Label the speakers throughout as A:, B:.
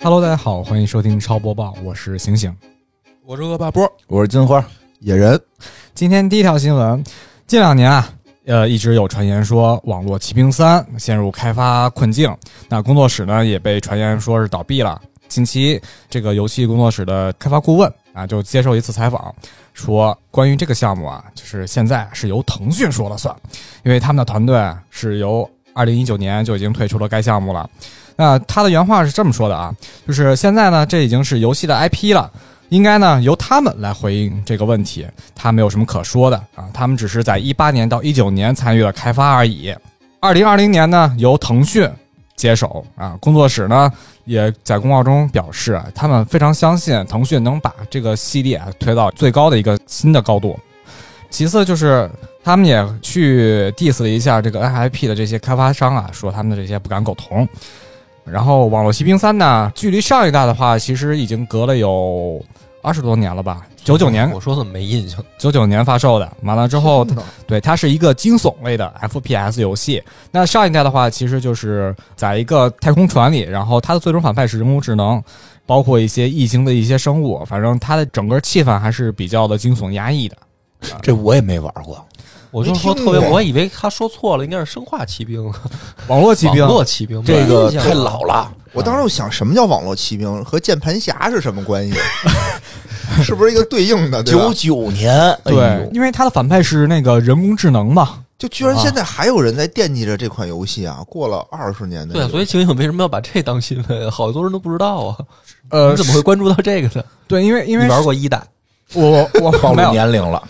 A: Hello，大家好，欢迎收听超播报，我是醒醒。
B: 我是恶霸波，
C: 我是金花，野人，
A: 今天第一条新闻，近两年啊，呃，一直有传言说《网络骑兵三》呃陷入开发困境，那工作室呢也被传言说是倒闭了。近期，这个游戏工作室的开发顾问啊，就接受一次采访，说关于这个项目啊，就是现在是由腾讯说了算，因为他们的团队是由二零一九年就已经退出了该项目了。那他的原话是这么说的啊，就是现在呢，这已经是游戏的 IP 了。应该呢由他们来回应这个问题，他没有什么可说的啊，他们只是在一八年到一九年参与了开发而已。二零二零年呢由腾讯接手啊，工作室呢也在公告中表示，啊，他们非常相信腾讯能把这个系列推到最高的一个新的高度。其次就是他们也去 diss 了一下这个 NIP 的这些开发商啊，说他们的这些不敢苟同。然后《网络骑兵三》呢，距离上一代的话，其实已经隔了有二十多年了吧？九九年
B: 我说怎么没印象？
A: 九九年发售的，完了之后，
C: 真的
A: 对，它是一个惊悚类的 FPS 游戏。那上一代的话，其实就是在一个太空船里，然后它的最终反派是人工智能，包括一些异形的一些生物，反正它的整个气氛还是比较的惊悚压抑的。
C: 这我也没玩过，
B: 我就说特别，我还以为他说错了，应该是生化骑兵、
A: 网络骑兵
B: 网，络骑兵。
C: 这个
B: 没印象
C: 太老了。
D: 我当时就想，什么叫网络骑兵和键盘侠是什么 关系？是不是一个对应的？对吧
C: 九九年，哎
A: 对
C: 呦，
A: 因为它的反派是那个人工智能嘛。
D: 就居然
B: 啊
D: 现在还有人在惦记着这款游戏啊！过了二十年的
B: 对啊，
D: 这个，
B: 所以晴晴为什么要把这当新闻？啊好多人都不知道啊！
A: 呃
B: 你怎么会关注到这个呢？
A: 对？因为因
B: 你
A: 为
B: 玩过一代，
A: 我我
C: 暴
A: 没
C: 露
A: 有
C: 年龄了，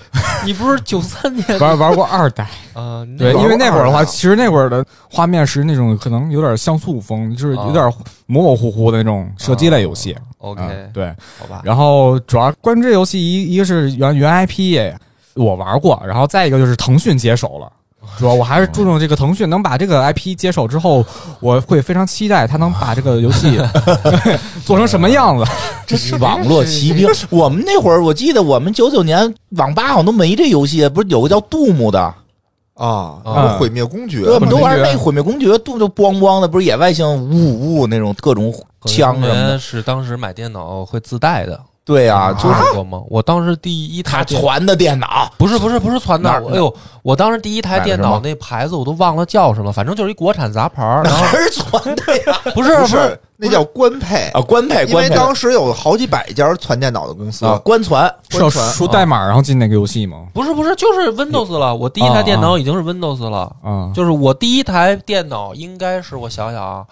B: 你不是九三年
A: 玩玩过二代。
B: 啊？那
A: 对，因
D: 玩过
A: 为那会儿的话，
D: 二代啊
A: 其实那会儿的画面是那种可能有点像素风，就是有点模模糊糊的那种射击类游戏。
B: OK，、
A: 嗯对。
B: 好吧。
A: 然后主要关于这游戏一一个是原原 IP 我玩过，然后再一个就是腾讯接手了。主要我还是注重这个腾讯能把这个 IP 接手之后，我会非常期待它能把这个游戏 做成什么样子。
C: 这是网络骑兵。 我们那会儿，我记得我们九九年网吧好像都没这游戏，不是有个叫杜牧的，
D: 啊，
B: 嗯
D: 什么毁灭公爵
C: 对，我们
D: 嘛
C: 都玩
A: 对
C: 那个毁灭公爵，杜就咣咣的，不是野外星呜呜那种各种枪什么的。
B: 是当时买电脑会自带的，
C: 对啊，
B: 你
C: 就是
B: 买过吗？我当时第一台
C: 他
B: 电
C: 传的电脑，
B: 不是不是不是传的
C: 哪，儿
B: 我哎呦，我当时第一台电
C: 买
B: 脑
C: 的
B: 那牌子我都忘了叫什么，反正就是一国产杂牌儿，然后
C: 哪是传的呀？
B: 不是
D: 不
B: 不是
D: 是，那叫官配
C: 啊，官配
D: 因
C: 官
D: 为
C: 配
D: 当时有好几百家传电脑的公司
C: 啊，，官传
A: 是要
D: 官传
A: 输代码然后进那个游戏吗？
B: 不是不是，就是 Windows 了。我第一
C: 哦
B: 台电
C: 啊
B: 脑已经是 Windows 了，
A: 啊，
B: 就是我第一台电脑应该是我想想啊，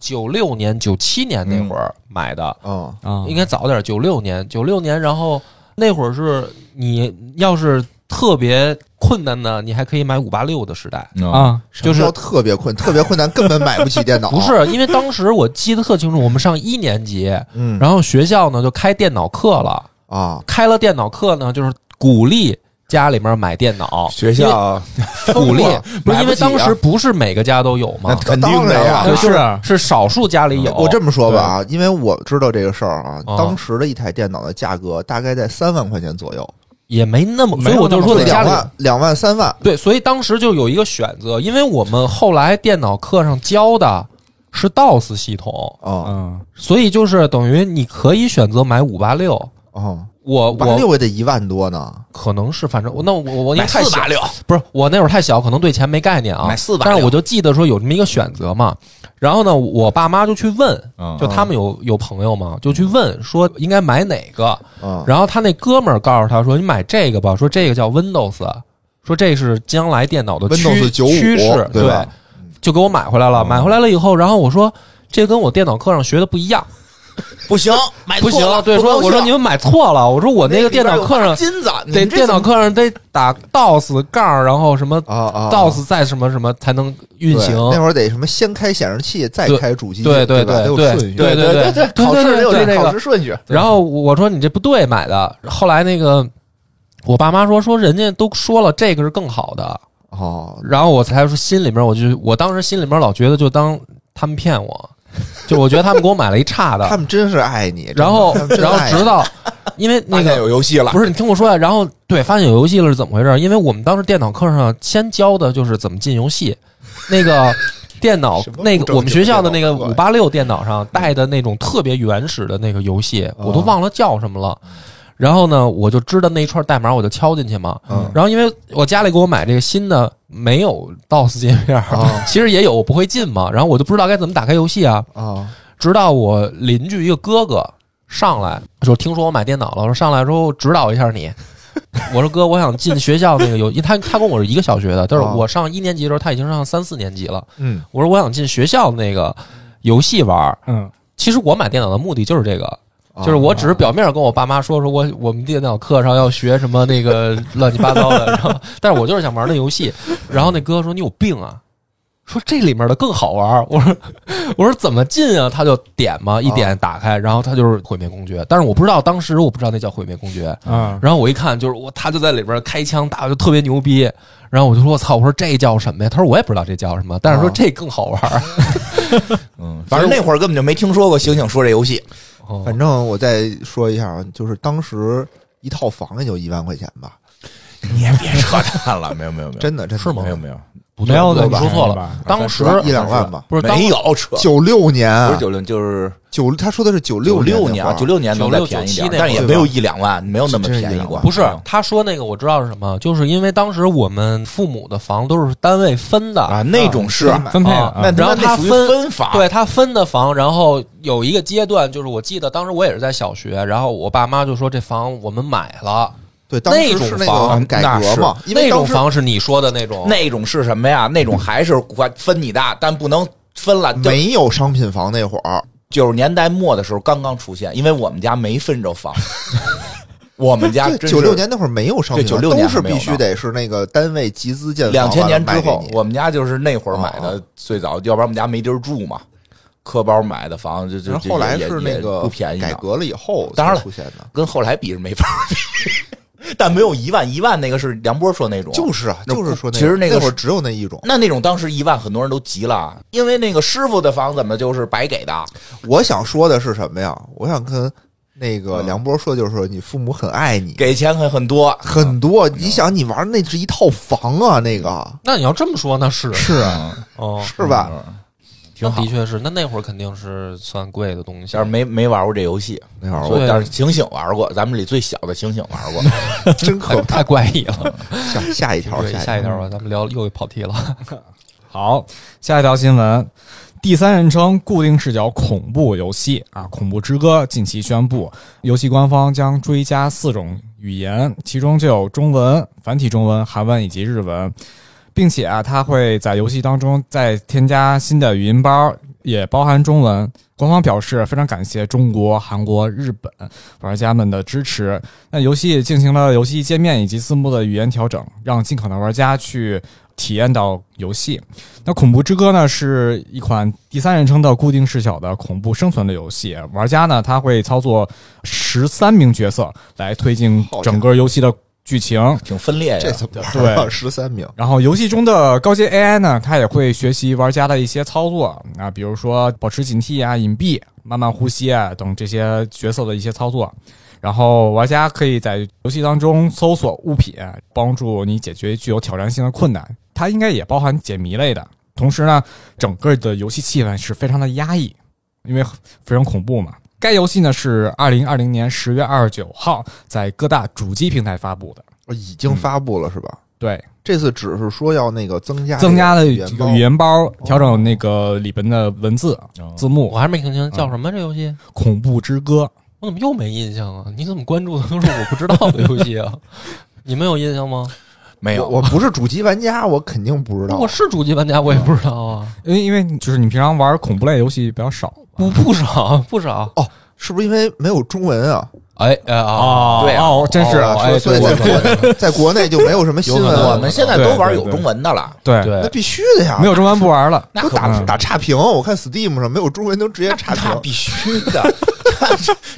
B: 九六年、九七年那会儿
D: 嗯
B: 买的，
D: 啊，
A: 啊，
B: 应该早点，九六年，九六年，然后那会儿是你要是特别困难的，你还可以买五八六的时代，
C: 啊
A: 啊，
B: 就
D: 什
B: 是
D: 么叫特别困，特别困难，根本买不起电脑。
B: 不，是因为当时我记得特清楚，我们上一年级，
D: 嗯
B: 然后学校呢就开电脑课了，
D: 啊，
B: 开了电脑课呢就是鼓励家里面买电脑，
C: 学校啊
B: 因为鼓励
D: 疯了，
B: 不是
D: 买
B: 因
D: 不
B: 为
D: 起啊
B: 当时不是每个家都有
C: 那
B: 嘛，
C: 肯定
D: 当
C: 的
D: 然
C: 呀
D: 啊。
A: 就是
B: 是少数家里有。
D: 我这么说吧啊，因为我知道这个事儿啊，
B: 啊
D: 当时的一台电脑的价格大概在三万块钱左右，
B: 也没那么，
A: 没
B: 所以
A: 有
B: 我就
A: 那么
B: 说
A: 多
B: 在家
D: 两
B: 里。
D: 万、两万、三万，
B: 对，所以当时就有一个选择，因为我们后来电脑课上教的是 DOS 系统，
D: 啊
A: 嗯，
B: 所以就是等于你可以选择买五八六。
D: 啊，
B: 我
D: 八
B: 我
D: 六也得一万多呢。
B: 可能是反正我那我我因
C: 买
B: 为太
C: 四
B: 小
C: 八，六，
B: 不是我那会儿太小，可能对钱没概念啊。
C: 买四八六，
B: 但是我就记得说有这么一个选择嘛，然后呢，我爸妈就去问，
C: 嗯
B: 就他们有有朋友嘛，就去问说应该买哪个，
D: 啊，
B: 然后他那哥们儿告诉他说你买这个吧，说这个叫 Windows，说啊这是将来电脑的趋
D: Windows 95
B: 趋势，
D: 对吧啊
B: 就给我买回来了。买回来了以后，然后我说这跟我电脑课上学的不一样，
C: 不行，
D: 哎
C: 买
B: 不行，对，说我说你们买错了，我说我那个电脑课上。
C: 金子，
B: 得电脑课上得打 DOS 杠，然后什么
D: 啊啊
B: DOS 再什么什么才能运行。
D: 对那会儿得什么先开显示器，再
B: 对
D: 开主机，
B: 对对
D: 对吧
B: 对
D: 得有
B: 对
D: 顺序
B: 对对对对对
C: 考试得有
B: 对
C: 这
B: 对
C: 个
B: 对
C: 考试顺序。
B: 然后我说你这不对，买的。后来那个我爸妈说说人家都说了这个是更好的，
D: 哦，
B: 然后我才说心里面我就我当时心里面老觉得就当他们骗我，就我觉得他们给我买了一差的
D: 他，们真是爱你。真的
B: 然后
D: 他们真
B: 然后
D: 爱你
B: 直到因为那
D: 发现
B: 个
D: 有游戏了，
B: 不是你听我说呀，然后对，发现有游戏了是怎么回事？因为我们当时电脑课上先教的就是怎么进游戏，那个电脑
D: 什么
B: 那
D: 不
B: 个
D: 正
B: 我们
D: 经
B: 学校的
D: 电
B: 那
D: 脑
B: 个
D: 课
B: 五
D: 呀
B: 八六电脑上带的那种特别原始的那个游戏，我
D: 哦
B: 都忘了叫什么了。然后呢，我就知道那一串代码，我就敲进去嘛。
D: 嗯
B: 然后因为我家里给我买这个新的没有 DOS 界面 儿，其实也有我不会进嘛，然后我就不知道该怎么打开游戏啊。
D: 啊，
B: 直到我邻居一个哥哥上来，就听说我买电脑了，说上来之后指导一下 你。我说哥，我想进学校那个游，因为他他跟我是一个小学的，但是
D: 哦
B: 我上一年级的时候他已经上三四年级了。
D: 嗯，
B: 我说我想进学校那个游戏玩儿。
A: 嗯，
B: 其实我买电脑的目的就是这个，
D: 啊
A: 哦
B: 就是我只是表面跟我爸妈说说我我们电脑课上要学什么那个 乱七八糟的，然后但是我就是想玩那游戏。然后那哥说你有病啊，说这里面的更好玩儿。我说 我说怎么进啊？他就点
A: 哦
B: 嘛，一点打开，然后他就是毁灭公爵。但是我不知道当时我不知道那叫毁灭公爵。
A: 啊，
B: 然后我一看，就是我他就在里边开枪打，就特别牛逼。然后我就说：“我操！我说这叫什么呀？”他说：“我也不知道这叫什么，但是
A: 哦
B: 说这更好玩儿。
C: 嗯，反正那会儿根本就没听说过醒醒说这游戏，
B: 哦
D: 反正我再说一下啊，就是当时一套房也就一万块钱吧，
C: 你也别扯淡了，没有没有没有，
D: 真的真的
B: 是吗
C: 没有没有
B: 不
A: 没
B: 对，
A: 有
B: 不对
A: 的
B: 你
A: 吧
B: 说错
A: 没有
B: 了
A: 吧，
B: 当时
D: 一两万吧，
B: 不是当
C: 没有扯，
D: 九六年
C: 不
D: 啊
C: 是九零就是
D: 九，他说的是九
C: 九
D: 六
C: 六年啊，九
D: 六
C: 六年能再
B: 96
C: 便宜
B: 97
C: 点，
B: 那
C: 但是也
D: 会儿
C: 没有一两万，没有那么
D: 真是一
C: 便宜
D: 两
C: 过，
D: 万
B: 不是他说那个，我知道是什么，就是因为当时我们父母的房都是单位分的，
C: 啊，那种是，
A: 分配了
B: 啊
A: 啊
C: 那
B: 然后
C: 那
B: 他
C: 属于
B: 分
C: 分法，
B: 对他分的房，然后有一个阶段，就是我记得当时我也是在小学，然后我爸妈就说这房我们买了，
D: 对，当时
B: 种
D: 是那
B: 房
D: 个改革嘛，因为
B: 那
D: 当
B: 种
D: 时
B: 房是你说的那种，
C: 那种是什么呀？那种还是管分你的，但不能分了。就
D: 没有商品房那会儿，
C: 九十年代末的时候刚刚出现，因为我们家没分着 房，我们家
D: 对，九六年那会儿没有商品房，
C: 对96年
D: 都是
C: 没有
D: 必须
C: 呢
D: 得是那个单位集资建
C: 两
D: 房，
C: 千年
D: 完
C: 之
D: 了卖给
C: 后
D: 你，哦
C: 我们家就是那会儿买的最早，要不然我们家没地儿住嘛，磕包买的房就就
D: 然后后来
C: 也
D: 是
C: 也
D: 那个
C: 不便宜呢
D: 改革了以后，
C: 当然了
D: 出现的，
C: 跟后来比是没法儿比， 但没有一万一万那个是梁波说那种，
D: 就是啊，
C: 那
D: 就是说那
C: 其实那
D: 那
C: 个
D: 会儿
C: 是
D: 只有那一种。
C: 那那种当时一万很多人都急了，因为那个师傅的房怎么就是白给的，
D: 我想说的是什么呀？我想跟那个
C: 嗯
D: 梁波说，就是说你父母很爱你，
C: 给钱很很多，
D: 很多。你想，你玩那是一套房啊，那个
B: 那你要这么说，那是
D: 是啊，
B: 哦，
D: 是吧？
A: 嗯
B: 那
C: 挺好
B: 的。确是，那那会儿肯定是算贵的东西
C: 但。是没没玩过这游戏，
D: 那会儿
B: 对
D: 我
B: 啊
C: 但是醒醒玩过，咱们里最小的醒醒玩过，
D: 真可
B: 太
D: 怕
B: 太。怪异了，
D: 下下一条，
B: 对，
D: 下
B: 下一条吧，咱们聊又跑题了。
A: 好，下一条新闻，第三人称固定视角恐怖游戏啊，《恐怖之歌》近期宣布，游戏官方将追加四种语言，其中就有中文、繁体中文、韩文以及日文，并且啊，它会在游戏当中再添加新的语音包，也包含中文。官方表示非常感谢中国、韩国、日本玩家们的支持。那游戏进行了游戏界面以及字幕的语言调整，让尽可能玩家去体验到游戏。那《恐怖之歌》呢，是一款第三人称的固定视角的恐怖生存的游戏。玩家呢，他会操作十三名角色来推进整个游戏的剧情。
C: 挺分裂呀。
D: 这怎么
A: 对
D: 玩啊？十三名，
A: 然后游戏中的高阶 AI 呢，它也会学习玩家的一些操作啊，比如说保持警惕啊、隐蔽、慢慢呼吸啊等这些角色的一些操作。然后玩家可以在游戏当中搜索物品，帮助你解决具有挑战性的困难。它应该也包含解谜类的。同时呢，整个的游戏气氛是非常的压抑，因为非常恐怖嘛。该游戏呢是二零二零年十月二十九号在各大主机平台发布的。
D: 哦已经
C: 嗯
D: 发布了是吧？
A: 对，
D: 这次只是说要那个增加
A: 增加了
D: 这
A: 这
D: 个
A: 个语言包，调整那个里边的文字
D: 哦
C: 嗯
A: 字幕
B: 我。还没听清叫什么这游戏，
A: 恐怖之歌，
B: 我怎么又没印象啊？你怎么关注的都是我不知道的游戏啊？你们有印象吗？
C: 没有，
D: 我我不是主机玩家，我肯定不知道啊
B: 我。是主机玩家，我也不知道啊，
A: 因为因为就是你平常玩恐怖类游戏比较少
B: 不不少不少。
D: 是不是因为没有中文啊？
B: 哎哎啊，
A: 哦
C: 对啊
A: 哦，真是
D: 哦
A: 哎
D: 所以
A: 对
D: 在
A: 对对
D: 国在国内就没有什么新闻
B: 有可能
C: 我
D: 了，
C: 们现在都玩有中文的了，
A: 对
D: 那
B: 对，
D: 必须的呀，
A: 没有中文不玩了。
C: 那
D: 都
C: 可不
D: 打
A: 是
D: 打差评。我看 Steam 上没有中文都直接差
C: 那
D: 评，
C: 必须的，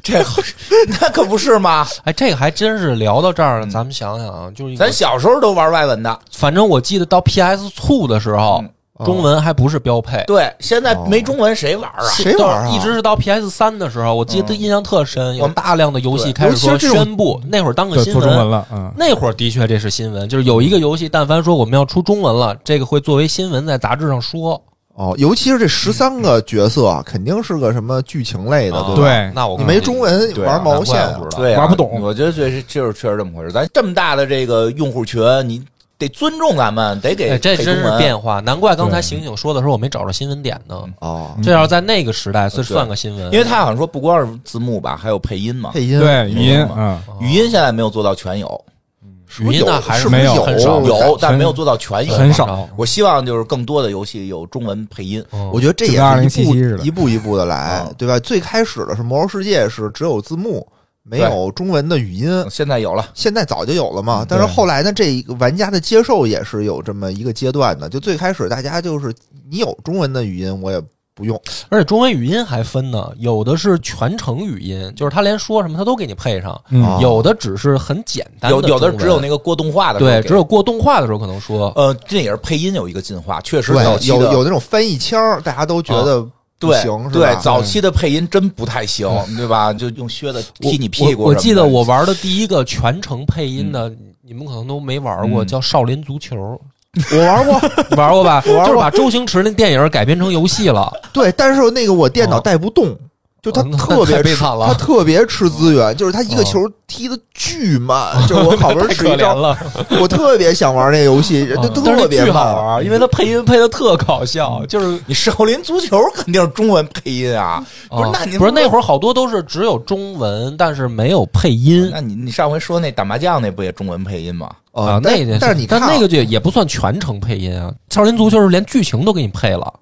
C: 这 那可不是吗？
B: 哎，这个还真是聊到这儿了。咱们想想啊，就是
C: 咱小时候都玩外文的，
B: 反正我记得到 PS 醋的时候
C: 嗯，
B: 中文还不是标配。
C: 对，现在
D: 哦
C: 没中文谁玩啊？
D: 谁玩啊？
B: 一直是到 PS 三的时候，我记得
D: 嗯
B: 印象特深，有
C: 我们
B: 大量的游戏
C: 对
B: 开始说
A: 尤其是这种
B: 宣布，那会儿当个
A: 对，
B: 新
A: 做中文
B: 闻。
A: 了，嗯，
B: 那会儿的确这是新闻，就是有一个游戏，但凡说我们要出中文了，这个会作为新闻在杂志上说。
D: 哦，尤其是这十三个角色啊，肯定是个什么剧情类的，
B: 啊
D: 吧？
A: 哦对
B: 那我
D: 你
B: 看
D: 没
B: 看
D: 中文
C: 对
D: 玩毛线
B: 难怪
D: 啊
B: 我不知道
C: 对啊、
A: 玩不懂
C: 我觉得这是就是确实这么回事。咱这么大的这个用户群，你得尊重咱们，得给、
B: 哎，这
C: 给
B: 真
C: 中
B: 是
C: 文
B: 变化，难怪刚才
A: 对
B: 醒醒说的时候我没找着新闻点呢。
D: 哦，
A: 嗯
B: 这要是在那个时代，算
C: 对
B: 算个新闻，
C: 因为他好像说不光是字幕吧，还有配音嘛。
D: 配音
A: 对语音，嗯，
B: 哦
C: 语音现在没有做到全有，
D: 是不
B: 语音
D: 有
B: 那还是
D: 不
A: 没有
D: 有
B: 很少
C: 有但
A: 很
C: 没有做到全有。
A: 很
B: 少
A: 少，
C: 我希望就是更多的游戏有中文配音。
B: 嗯
D: 我觉得这
A: 就
D: 也
A: 跟
D: 是一
A: 2077似
D: 步
A: 的
D: 一步一步的来
C: 嗯，
D: 对吧？最开始的是《魔兽世界》是只有字幕，没有中文的语音，
C: 现在有了，
D: 现在早就有了嘛
A: 嗯。
D: 但是
A: 对
D: 后来呢，这一个玩家的接受也是有这么一个阶段的。就最开始大家就是你有中文的语音，我也不用，
B: 而且中文语音还分呢，有的是全程语音，就是他连说什么他都给你配上；
A: 嗯
D: 哦，
B: 有的只是很简单
C: 有
B: 的
C: 有的
B: 中文
C: 只有那个过动画的时候
B: 对，
C: 给
B: 只有过动画的时候可能说。
C: 呃，这也是配音有一个进化，确实
D: 对
C: 早，期
D: 有
C: 的
D: 有那种翻译腔儿，大家都觉得
B: 啊
D: 不
C: 对
D: 行，是
C: 对
D: 吧？
C: 早期的配音真不太行，对吧？就用靴子
B: 嗯我
C: 踢你屁股
B: 我我
C: 什么
B: 记
C: 的
B: 得我玩的第一个全程配音的，你们可能都没玩过，
C: 嗯
B: 叫《少林足球》，
D: 我玩过，
B: 玩 过吧？就是把周星驰那电影改编成游戏了。
D: 对，但是那个我电脑带不动，就它
B: 哦那
D: 特别
B: 太悲
D: 吃
B: 惨了
D: 它特别吃资源，就是它一个
B: 哦
D: 球踢的巨慢，就是我好不 容易吃一招，
B: 了，
D: 我特别想玩那游戏，
B: 哦
D: 它
B: 但是
D: 特
B: 那
D: 别
B: 巨好
D: 慢。
B: 玩，因为他配音配的特搞笑，
C: 嗯
B: 就是
C: 你少林足球肯定是中文配音 啊，不是
B: 啊
C: 那你
B: 不是那
C: 儿，
B: 会儿好多都是只有中文，但是没有配音
C: 那你你上回说那打麻将那不也中文配音吗？
B: 啊
D: 哦，。
B: 那
D: 但
B: 也
D: 但是你看
B: 但
D: 啊，
B: 那个就也不算全程配音啊，《少林足球》是连剧情都给你配了。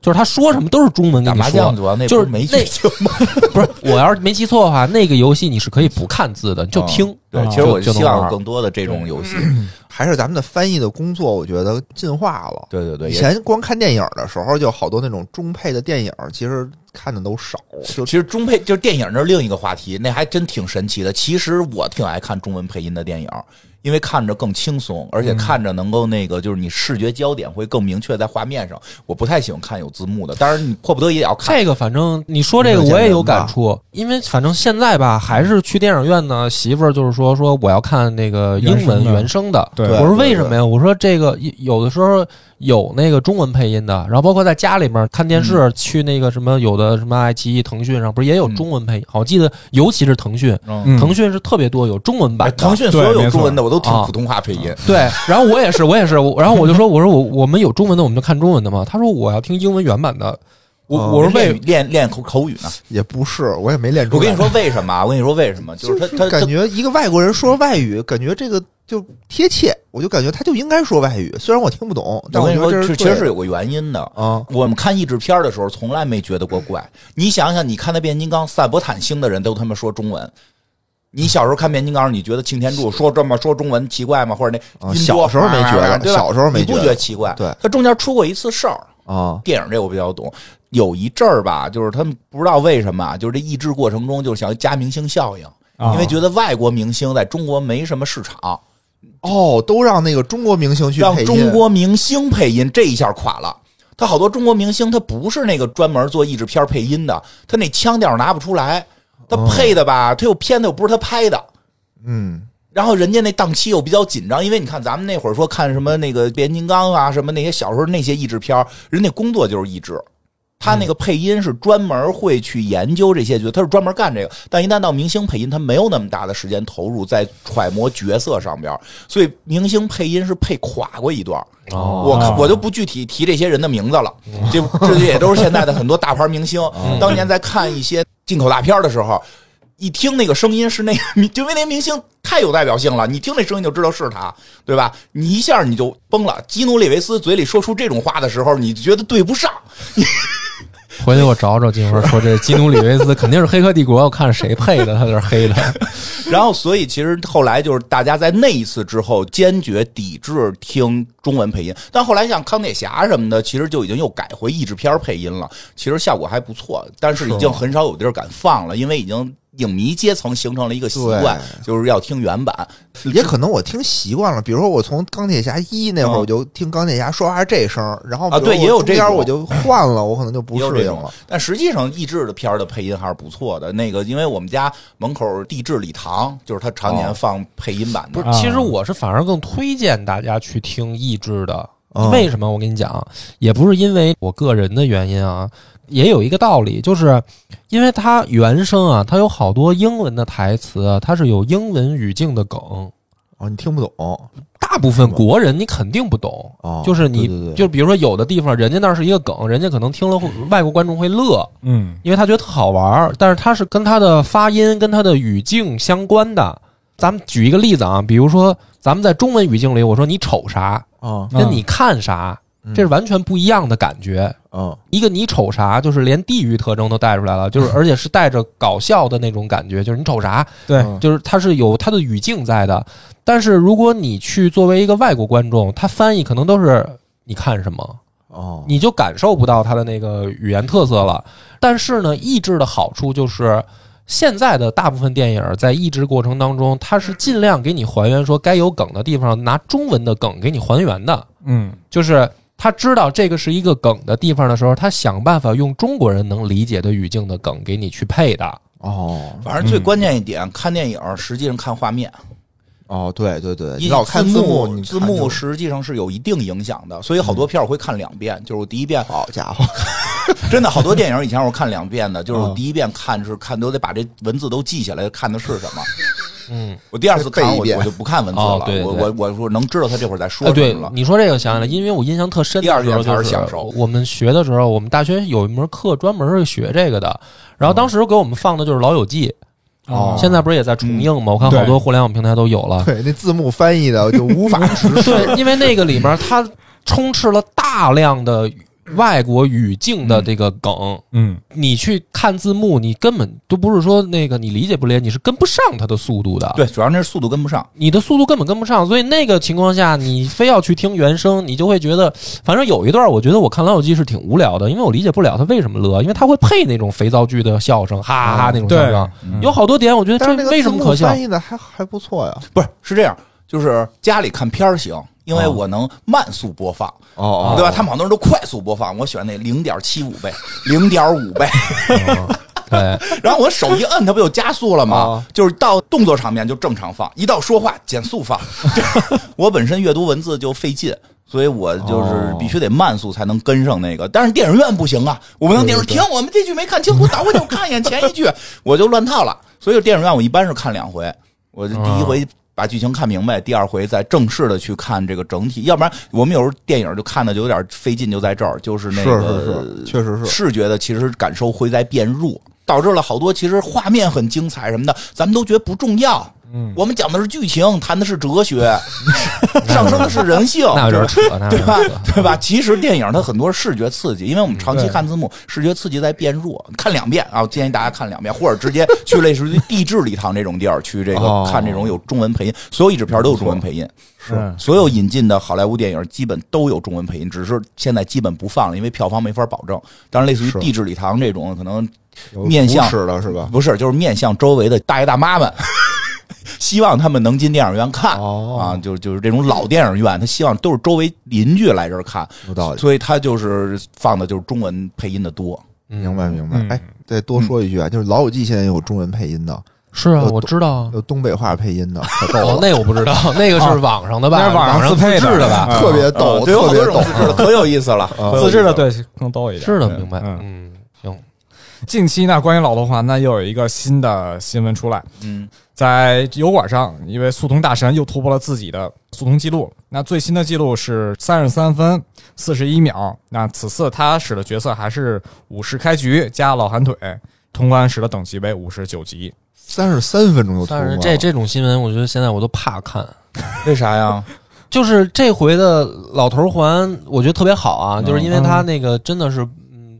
B: 就是他说什么都是中文给
C: 打
B: 你
C: 麻
B: 说
C: 将，主要那
B: 就
C: 不
B: 是
C: 没
B: 那
C: 剧情吗？
B: 不是我要是没记错的话，那个游戏你是可以不看字的，你就听。
C: 对，
A: 啊
C: 其实我
B: 就
C: 希
B: 就能
C: 望有
B: 玩嗯
C: 更多的这种游戏。
D: 还是咱们的翻译的工作，我觉得进化了。
C: 对对对，
D: 以
C: 也
D: 前光看电影的时候，就好多那种中配的电影，其实看的都少。就
C: 其实中配就是电影，这是另一个话题，那还真挺神奇的。其实我挺爱看中文配音的电影，因为看着更轻松，而
D: 嗯
C: 且看着能够那个就是你视觉焦点会更明确在画面上。我不太喜欢看有字幕的，当然你迫不得已也要看。
B: 这个反正你说这个我也有感触，因为反正现在吧，还是去电影院呢，媳妇儿就是说说我要看那个英
A: 原声
B: 文
A: 的
B: 原声的。
A: 对
B: 我说为什么呀？我说这个有的时候有那个中文配音的，然后包括在家里面看电
A: 嗯
B: 视，去那个什么有的什么爱奇艺、腾讯上不是也有中文配音？好，我记得尤其是腾讯，
A: 嗯
B: 腾讯是特别多有中文版
C: 哎
B: 的。
C: 腾讯所有
A: 对
C: 有
A: 没错
C: 中文的我都听
B: 啊
C: 普通话配音，
B: 对，然后我也是，我也是，我然后我就说，我说我我们有中文的，我们就看中文的嘛。他说我要听英文原版的，我、
D: 哦
B: 我
C: 我
B: 说
C: 是为
B: 为
C: 练练口口语呢。
D: 也不是，我也没练出
C: 我
D: 来。
C: 跟你说为什么啊？我跟你说为什么？
D: 就是
C: 他他
D: 感
C: 他
D: 觉一个外国人说外语，感觉这个就贴切，我就感觉他就应该说外语，虽然我听不懂，但
C: 我跟
D: 觉
C: 你说，
D: 得这
C: 这
D: 是
C: 其实是
D: 对的
C: 有个原因的。
D: 啊，
C: 我们看译制片的时候，从来没觉得过怪。你想想，你看那变形金刚、赛博坦星的人都他妈说中文。你小时候看变形金刚，你觉得擎天柱说这么说中文奇怪吗？或者那
D: 啊
C: 音波
D: 小时候没觉得
C: 对吧
D: 小时候没
C: 你不
D: 觉得
C: 觉得奇怪？
D: 对
C: 他中间出过一次事儿，
D: 啊
C: 电影这我比较懂。有一阵儿吧，就是他们不知道为什么啊，就是这译制过程中就想加明星效应，
A: 啊
C: 因为觉得外国明星在中国没什么市场，
D: 哦，都让那个中国明星去
C: 让
D: 配音
C: 中国明星配音，这一下垮了。他好多中国明星，他不是那个专门做译制片配音的，他那腔调拿不出来，他配的
D: 哦
C: 吧，他又片子又不是他拍的，
D: 嗯
C: 然后人家那档期又比较紧张，因为你看咱们那会儿说看什么那个变形金刚啊，什么那些小时候那些译制片儿，人那工作就是译制。他那个配音是专门会去研究这些角色，他是专门干这个。但一旦到明星配音，他没有那么大的时间投入在揣摩角色上边儿，所以明星配音是配垮过一段儿。
B: 哦
C: 我看我就不具体提这些人的名字了，这这也都是现在的很多大牌明星。当年在看一些进口大片的时候，一听那个声音是那个，因为那明星太有代表性了，你听那声音就知道是他，对吧？你一下你就崩了。基努·里维斯嘴里说出这种话的时候，你觉得对不上。
B: 回去我找找金花说这基努里维斯肯定是《黑客帝国》，我看谁配的，他就是黑的。
C: 然后，所以其实后来就是大家在那一次之后，坚决抵制听中文配音。但后来像钢铁侠什么的，其实就已经又改回译制片配音了，其实效果还不错，但是已经很少有地儿敢放了，因为已经影迷阶层形成了一个习惯，就是要听原版。
D: 也可能我听习惯了，比如说我从钢铁侠一那会儿
C: 嗯
D: 我就听钢铁侠说话是这声儿，然后
C: 啊
D: 比如
C: 对也有这
D: 我中
C: 种
D: 间我就换了，我可能就不
C: 也有
D: 适
C: 这
D: 应
C: 种
D: 了。
C: 但实际上，译制的片儿的配音还是不错的。那个，因为我们家门口地质礼堂，就是他常年放配音版的。
B: 不是，
A: 啊
B: 其实我是反而更推荐大家去听译制的。
D: 嗯
B: 为什么？我跟你讲，也不是因为我个人的原因啊，也有一个道理，就是因为它原声啊，它有好多英文的台词，啊它是有英文语境的梗，
D: 哦，你听不懂
B: 大部分国人你肯定不懂。
D: 哦，
B: 就是你，
D: 对对对
B: 就比如说有的地方，人家那儿是一个梗，人家可能听了会外国观众会乐，
A: 嗯
B: 因为他觉得特好玩儿，但是它是跟它的发音、跟它的语境相关的。咱们举一个例子啊，比如说咱们在中文语境里，我说你瞅啥，
D: 啊，
A: 嗯
B: 跟你看啥，
D: 嗯
B: 这是完全不一样的感觉。
D: 嗯
B: 一个你瞅啥，就是连地域特征都带出来了，就是而且是带着搞笑的那种感觉，就是你瞅啥，
A: 对
D: 嗯
B: 就是它是有它的语境在的。但是如果你去作为一个外国观众，他翻译可能都是你看什么，
D: 哦，
B: 你就感受不到它的那个语言特色了。但是呢，译制的好处就是，现在的大部分电影在译制过程当中，它是尽量给你还原说该有梗的地方，拿中文的梗给你还原的。
A: 嗯
B: 就是他知道这个是一个梗的地方的时候，他想办法用中国人能理解的语境的梗给你去配的。
D: 哦
C: 反正最关键一点，看电影实际上看画面，
D: 哦，对对对，你
C: 因
D: 老看
C: 字
D: 幕，你
C: 字
D: 看就嗯
C: 幕实际上是有一定影响的，所以好多片儿我会看两遍。就是我第一遍，
D: 好家伙，
C: 真的好多电影以前我看两遍的，就是我
A: 嗯
C: 第一遍看是看都得把这文字都记下来，看的是什么。
B: 嗯，
C: 我第二次看
D: 背一
C: 我
D: 遍
C: 我就不看文字了，
B: 哦对对
C: 我
B: 对
C: 我我说能知道他这会儿在说
B: 哎，对
C: 什么了。
B: 你说这个想起来，因为我印象特深
C: 第二
B: 的时候
C: 遍才
B: 就是是
C: 享受
B: 我们学的时候，我们大学有一门课专门是学这个的，然后当时给我们放的就是《老友记》。
A: 哦
B: 现在不是也在重映吗？我看
A: 对
B: 好多互联网平台都有了。
D: 对，那字幕翻译的就无 法直视。
B: 对，因为那个里面它充斥了大量的外国语境的这个梗，
A: 嗯
B: 你去看字幕，你根本都不是说那个你理解不理解，你是跟不上它的速度的。
C: 对，主要那是速度跟不上。
B: 你的速度根本跟不上，所以那个情况下，你非要去听原声，你就会觉得，反正有一段我觉得我看《老友记》是挺无聊的，因为我理解不了他为什么乐，因为他会配那种肥皂剧的笑声，哈哈哈那种笑
A: 对
B: 声，
A: 嗯
B: 有好多点我觉得
D: 但是那
B: 这
D: 个
B: 为
D: 字
B: 什么
D: 幕
B: 可笑
D: 翻？译的还还不错呀。
C: 不是是这样，就是家里看片儿行，因
B: 哦
C: 为我能慢速播放，
D: 哦
C: 对吧？他们好多人都快速播放，我选那零点七五倍、零点五倍，
B: 对，
C: 然后我手一摁，它不就加速了吗？
D: 哦
C: 就是到动作场面就正常放，一到说话减速放。 这我本身阅读文字就费劲。所以我就是
D: 哦
C: 必须得慢速才能跟上那个，但是电影院不行啊，我不能电视停，我们这剧没看清楚，倒回去我看一眼前一句，我就乱套了。所以电影院我一般是看两回，我就第一回把剧情看明白，第二回再正式的去看这个整体，要不然我们有时候电影就看的就有点费劲，就在这儿，就是
D: 是
C: 那个
D: 是是，确实是。
C: 视觉的其实感受会在变弱，导致了好多其实画面很精彩什么的，咱们都觉得不重要。
A: 嗯，
C: 我们讲的是剧情，谈的是哲 学，上升的是人性，
B: 那有点扯，那有
C: 对
B: 点
C: 吧
B: 扯。？
C: 对吧？其实电影它很多是视觉刺激，因为我们长期
A: 对
C: 看字幕，视觉刺激在变弱。看两遍啊，我建议大家看两遍，或者直接去类似于地质礼堂这种地儿去这个
D: 哦
C: 看这种有中文配音，所有译制片都有中文配音。
A: 是
C: 所有引进的好莱坞电影基本都有中文配音，只是现在基本不放了，因为票房没法保证。当然，类似于
D: 是
C: 《地质礼堂》这种，可能
D: 有
C: 面向
D: 扶持的是吧？
C: 不是，就是面向周围的大爷大妈们，希望他们能进电影院看、
D: 哦
C: 啊，就就是这种老电影院，他希望都是周围邻居来这儿看，
B: 嗯
D: 有道理。
C: 所以他就是放的就是中文配音的多。
D: 明白明白
A: 嗯。
D: 哎，再多说一句啊，就是《老友记》现在也有中文配音的，
B: 是啊，
D: 我
B: 我知道啊。
D: 有东北话配音的，可逗
B: 哦，
D: 了，
B: 那我不 知道，那个是网上的吧？
A: 啊那是网
B: 网
A: 上
B: 上
A: 自配的
B: 制的吧？
A: 嗯
B: 嗯
D: 特别
C: 啊
D: 逗，
C: 对，有
D: 特
C: 好多
D: 别
C: 这种
D: 逗。
C: 自制的，可有意思 了，可有意思
A: 自制的
C: 了。
A: 对更多一点。
B: 是的，
A: 对
B: 明白。
A: 嗯，
B: 嗯，行，
A: 近期呢，关于老头环呢，又有一个新的新闻出来，
C: 嗯，
A: 在油管上，一位速通大神又突破了自己的速通记录。那最新的记录是三十三分四十一秒。那此次他使的角色还是武士开局加老寒腿，通关时的等级为五十九级。
D: 三十三分钟就突破
B: 但
D: 了
B: 是这这种新闻，我觉得现在我都怕看。
C: 为啥呀？
B: 就是这回的老头环，我觉得特别好啊，就是因为
D: 嗯
B: 它那个真的是。嗯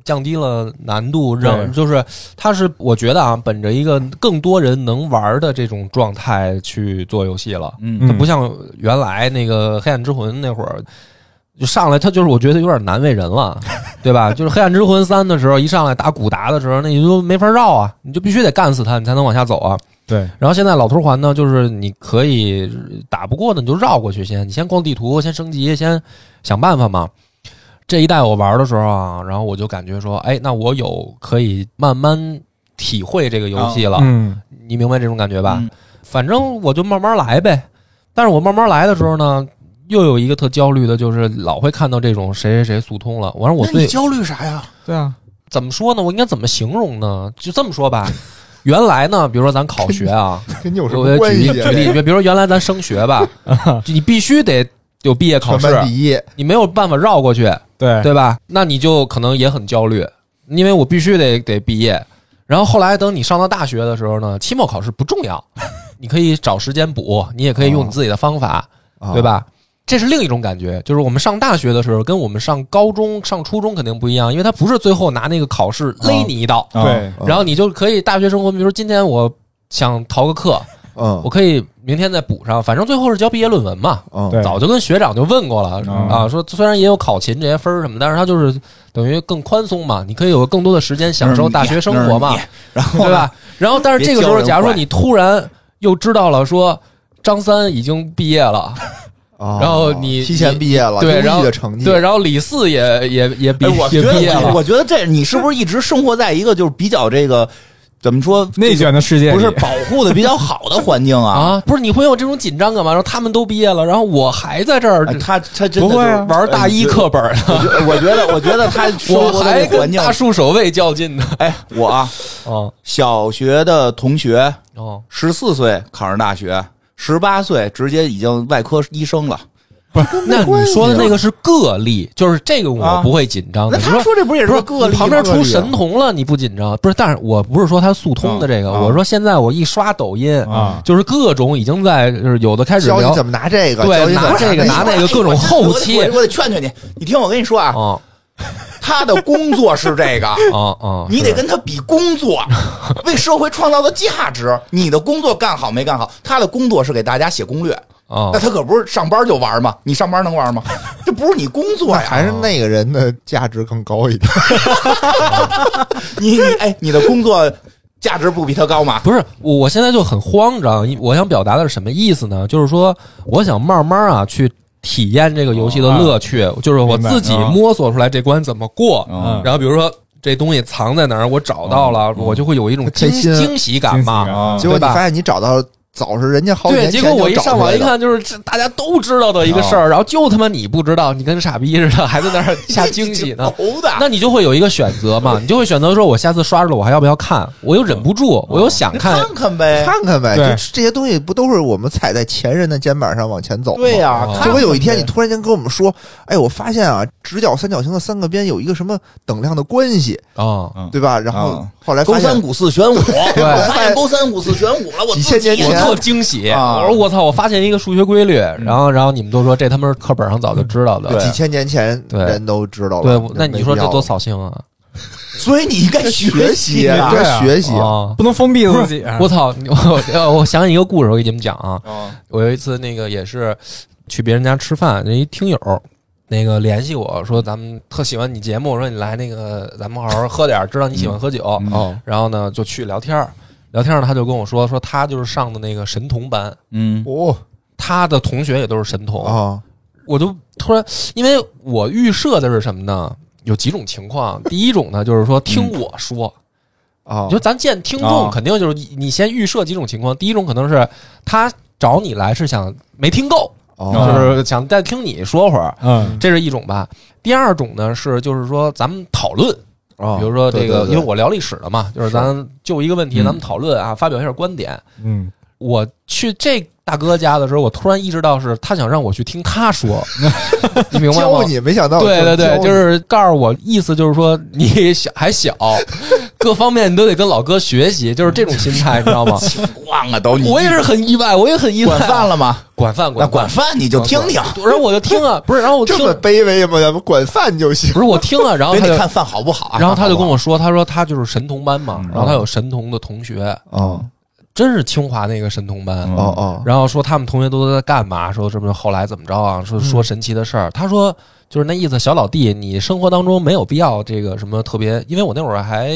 B: 降低了难度，让
A: 对
B: 就是它是我觉得啊，本着一个更多人能玩的这种状态去做游戏了，
C: 嗯
A: 嗯
B: 不像原来那个黑暗之魂那会儿，就上来他就是我觉得有点难为 人了，对吧？就是《黑暗之魂三》的时候，一上来打古达的时候，那你就没法绕啊，你就必须得干死他，你才能往下走啊。
A: 对，
B: 然后现在老头环呢，就是你可以打不过的你就绕过去先，你先逛地图，先升级，先想办法嘛。这一代我玩的时候啊，然后我就感觉说，哎，那我有可以慢慢体会这个游戏了，
A: 嗯，
B: 你明白这种感觉吧？
C: 嗯
B: 反正我就慢慢来呗。但是我慢慢来的时候呢，又有一个特焦虑的，就是老会看到这种谁谁谁速通了。我说我
C: 那你
B: 最
C: 焦虑啥呀？
A: 对啊，
B: 怎么说呢？我应该怎么形容呢？就这么说吧。原来呢，比如说咱考学 啊，
D: 跟你有什
B: 我
D: 么
B: 举
D: 关系
B: 例
D: 啊？
B: 举例，比如说原来咱升学 吧，你必须得有毕业考
D: 全
B: 试，啊
D: 班第一，
B: 你没有办法绕过去，
A: 对，
B: 对吧？那你就可能也很焦虑，因为我必须得得毕业。然后后来等你上到大学的时候呢，期末考试不重 要，你可以找时间补，你也可以用你自己的方法，
D: 啊
B: 对？吧？这是另一种感觉，就是我们上大学的时候跟我们上高中、上初中肯定不一样，因为他不是最后拿那个考试勒你一刀，
A: 啊
D: 对，
B: 然后你就可以大学生活，比如说今天我想逃个课，
D: 嗯
B: 我可以明天再补上，反正最后是交毕业论文嘛。
D: 嗯
A: 对
B: 早就跟学长就问过了、
A: 嗯
B: 啊，说虽然也有考勤这些分儿什么，但是他就是等于更宽松嘛，你可以有更多的时间享受
C: 嗯
B: 大学生活嘛，
C: 然后
B: 对吧？然后但是这个时候，
C: 别教
B: 假
C: 人
B: 如说
C: 坏
B: 你突然又知道了说张三已经毕业了，
D: 啊
B: 然后你
D: 提前毕业了，
B: 对
D: 优异
B: 然后
D: 的成绩，
B: 对，然后李四也也也毕、
C: 哎，我
B: 也
C: 觉得
B: 毕业
C: 我，
B: 了
C: 我，觉得这你是不是一直生活在一个就是比较这个怎么说
A: 内卷的世界
C: 不是
A: 里
C: 保护的比较好的环境啊？
B: 啊，不是你会有这种紧张感吗？然后他们都毕业了，然后我还在这儿
C: 哎他他真的
A: 不会啊
C: 就是
B: 玩大一课本呢，
C: 我觉得我觉得我觉得他生
B: 哎我
C: 活的
B: 还
C: 这个
B: 跟
C: 环境
B: 大，树守卫较劲呢。
C: 哎，我啊，
B: 哦
C: 小学的同学
B: 哦，
C: 十四岁考上大学，十八岁直接已经外科医生了。
B: 那你说的那个是个例，就是这个我
C: 啊
B: 不会紧张。
C: 那
B: 你
C: 他
B: 哦说
C: 说这不是也
B: 不
C: 是
B: 是
C: 个
B: 你
C: 例
B: 旁边
C: 吗
B: 出神童了，你不紧张？不是，但是我不是说他速通的这个，
D: 啊
B: 我说现在我一刷抖音，
A: 啊，
B: 就是各种已经在，就是有的开始
D: 教你
B: 聊
D: 怎么拿这个，
B: 对
D: 教你怎么
B: 拿这个
D: 那
B: 啊拿那个各种后期
C: 哎我得我得我得劝劝你，你听我跟你说啊，
B: 啊
C: 他的工作是这个，
B: 啊啊！
C: 你得
B: 是
C: 跟他比工作，为社会创造的价值。你的工作干好没干好？他的工作是给大家写攻略，
B: 啊
C: 那他可不是上班就玩吗？你上班能玩吗？这不是你工作 呀！
B: 啊
D: 还是那个人的价值更高一点。
C: 你你哎，你的工作价值不比他高吗？
B: 不是我，我现在就很慌张。我想表达的是什么意思呢？就是说，我想慢慢啊去体验这个游戏的乐趣，就是我自己
A: 哦明白啊
B: 摸索出来这关怎么过。
A: 嗯
B: 然后比如说这东西藏在哪儿，我找到了，我就会有一种惊
D: 开心啊
B: 惊喜感
A: 惊喜
B: 嘛。
A: 感啊
D: 结果
B: 嗯
D: 你
B: 对吧
D: 发现你找到早是人家好几
B: 对，
D: 年
B: 结果
D: 前
B: 我
D: 就
B: 一
D: 找
B: 上
D: 出
B: 网
D: 来
B: 一
D: 的，
B: 看，就是这大家都知道的一个事
A: 哦
B: 儿，然后就他妈你不知道，你跟傻逼似的，还在那儿下惊喜 呢。
C: 猴子，
B: 那你就会有一个选择嘛，你就会选择说，我下次刷着了，我还要不要看？我又忍不住，我又想看，
C: 看看呗。
D: 看看呗，
A: 对
D: 就是这些东西不都是我们踩在前人的肩膀上往前走吗？
C: 对呀、
B: 哦
C: 看
D: 结
C: 看
D: 果
C: 呗
D: 有一天，你突然间跟我们说：“哎，我发现啊，直角三角形的三个边有一个什么等量的关系，
B: 啊，
A: 哦
D: 对吧？”然后
C: 啊
D: 后来
C: 勾
D: 发
C: 三
D: 现
C: 股四旋五，我发
D: 发现
C: 现勾三股四旋五了，我
D: 几
C: 自
D: 千
C: 己
D: 年
B: 我
D: 前
B: 特惊喜！
C: 啊
B: 我说我操，我发现一个数学规律，然后然后你们都说这他妈是课本上早就知道的。
D: 几千年前
B: 对
D: 人都知道
B: 对
D: 了。，
B: 那你说这多
D: 多
B: 扫兴啊！
C: 所以你应该学习 啊。
A: 对
D: 多
A: 啊
D: 学习啊！
B: 啊！
A: 不能封闭自己，
B: 我操！你我呃我想起一个故事，我给你们讲啊。
C: 啊
B: 我有一次那个也是去别人家吃饭，人一听友那个联系我说咱们特喜欢你节目，我说你来那个咱们好好喝点儿，知道你喜欢喝酒。
D: 哦，
B: 然后呢就去聊天儿，聊天儿呢他就跟我说说他就是上的那个神童班，
C: 嗯，
D: 哦
B: 他的同学也都是神童
D: 哦
B: 我就突然，因为我预设的是什么呢？有几种情况，第一种呢，就是说听我说，
D: 嗯哦
B: 你说咱见听众
C: 啊
B: 肯定就是你你先预设几种情况，第一种可能是他找你来是想没听够，
D: 哦
A: 啊
B: 就是想再听你说会儿，
A: 嗯
B: 这是一种吧。第二种呢是就是说咱们讨论，
D: 哦，
B: 比如说这个，
D: 对对对嗯
B: 因为我聊历史的嘛，就是咱就一个问题咱们讨论啊，发表一下观点。
A: 嗯，
B: 我去这大哥家的时候，我突然意识到是他想让我去听他 说，你明白吗
D: 教？你，没想到
B: 对对
D: 教
B: 对，
D: 你
B: 就是告诉我意思就是说你小还小， 各方面你都得跟老哥学习，就是这种心态，你知道吗？
C: 忘了 都你
B: 我也是很意外，我也很意外。
C: 管饭，了吗？
B: 管饭，
C: 那
B: 管
C: 管
B: 饭，
C: 饭你就听听，
B: 然后我就听啊，不是，然后我听
D: 这，么卑微吗？咱们管饭就行
B: 不是我听啊，然后
C: 给
B: 他
C: 你
B: 就，
C: 看饭好不好啊？
B: 然后他就跟
C: 我
B: 我说，他说他就是神童班
C: 嗯
B: 嘛，然后他有神童的同学，
D: 哦
B: 真是清华那个神童班，
D: 哦
B: 啊
D: 哦嗯
B: 然后说他们同学都在干嘛，说什么后来怎么着啊，说说神奇的事儿。他说就是那意思，小老弟，你生活当中没有必要这个什么特别，因为我那会儿还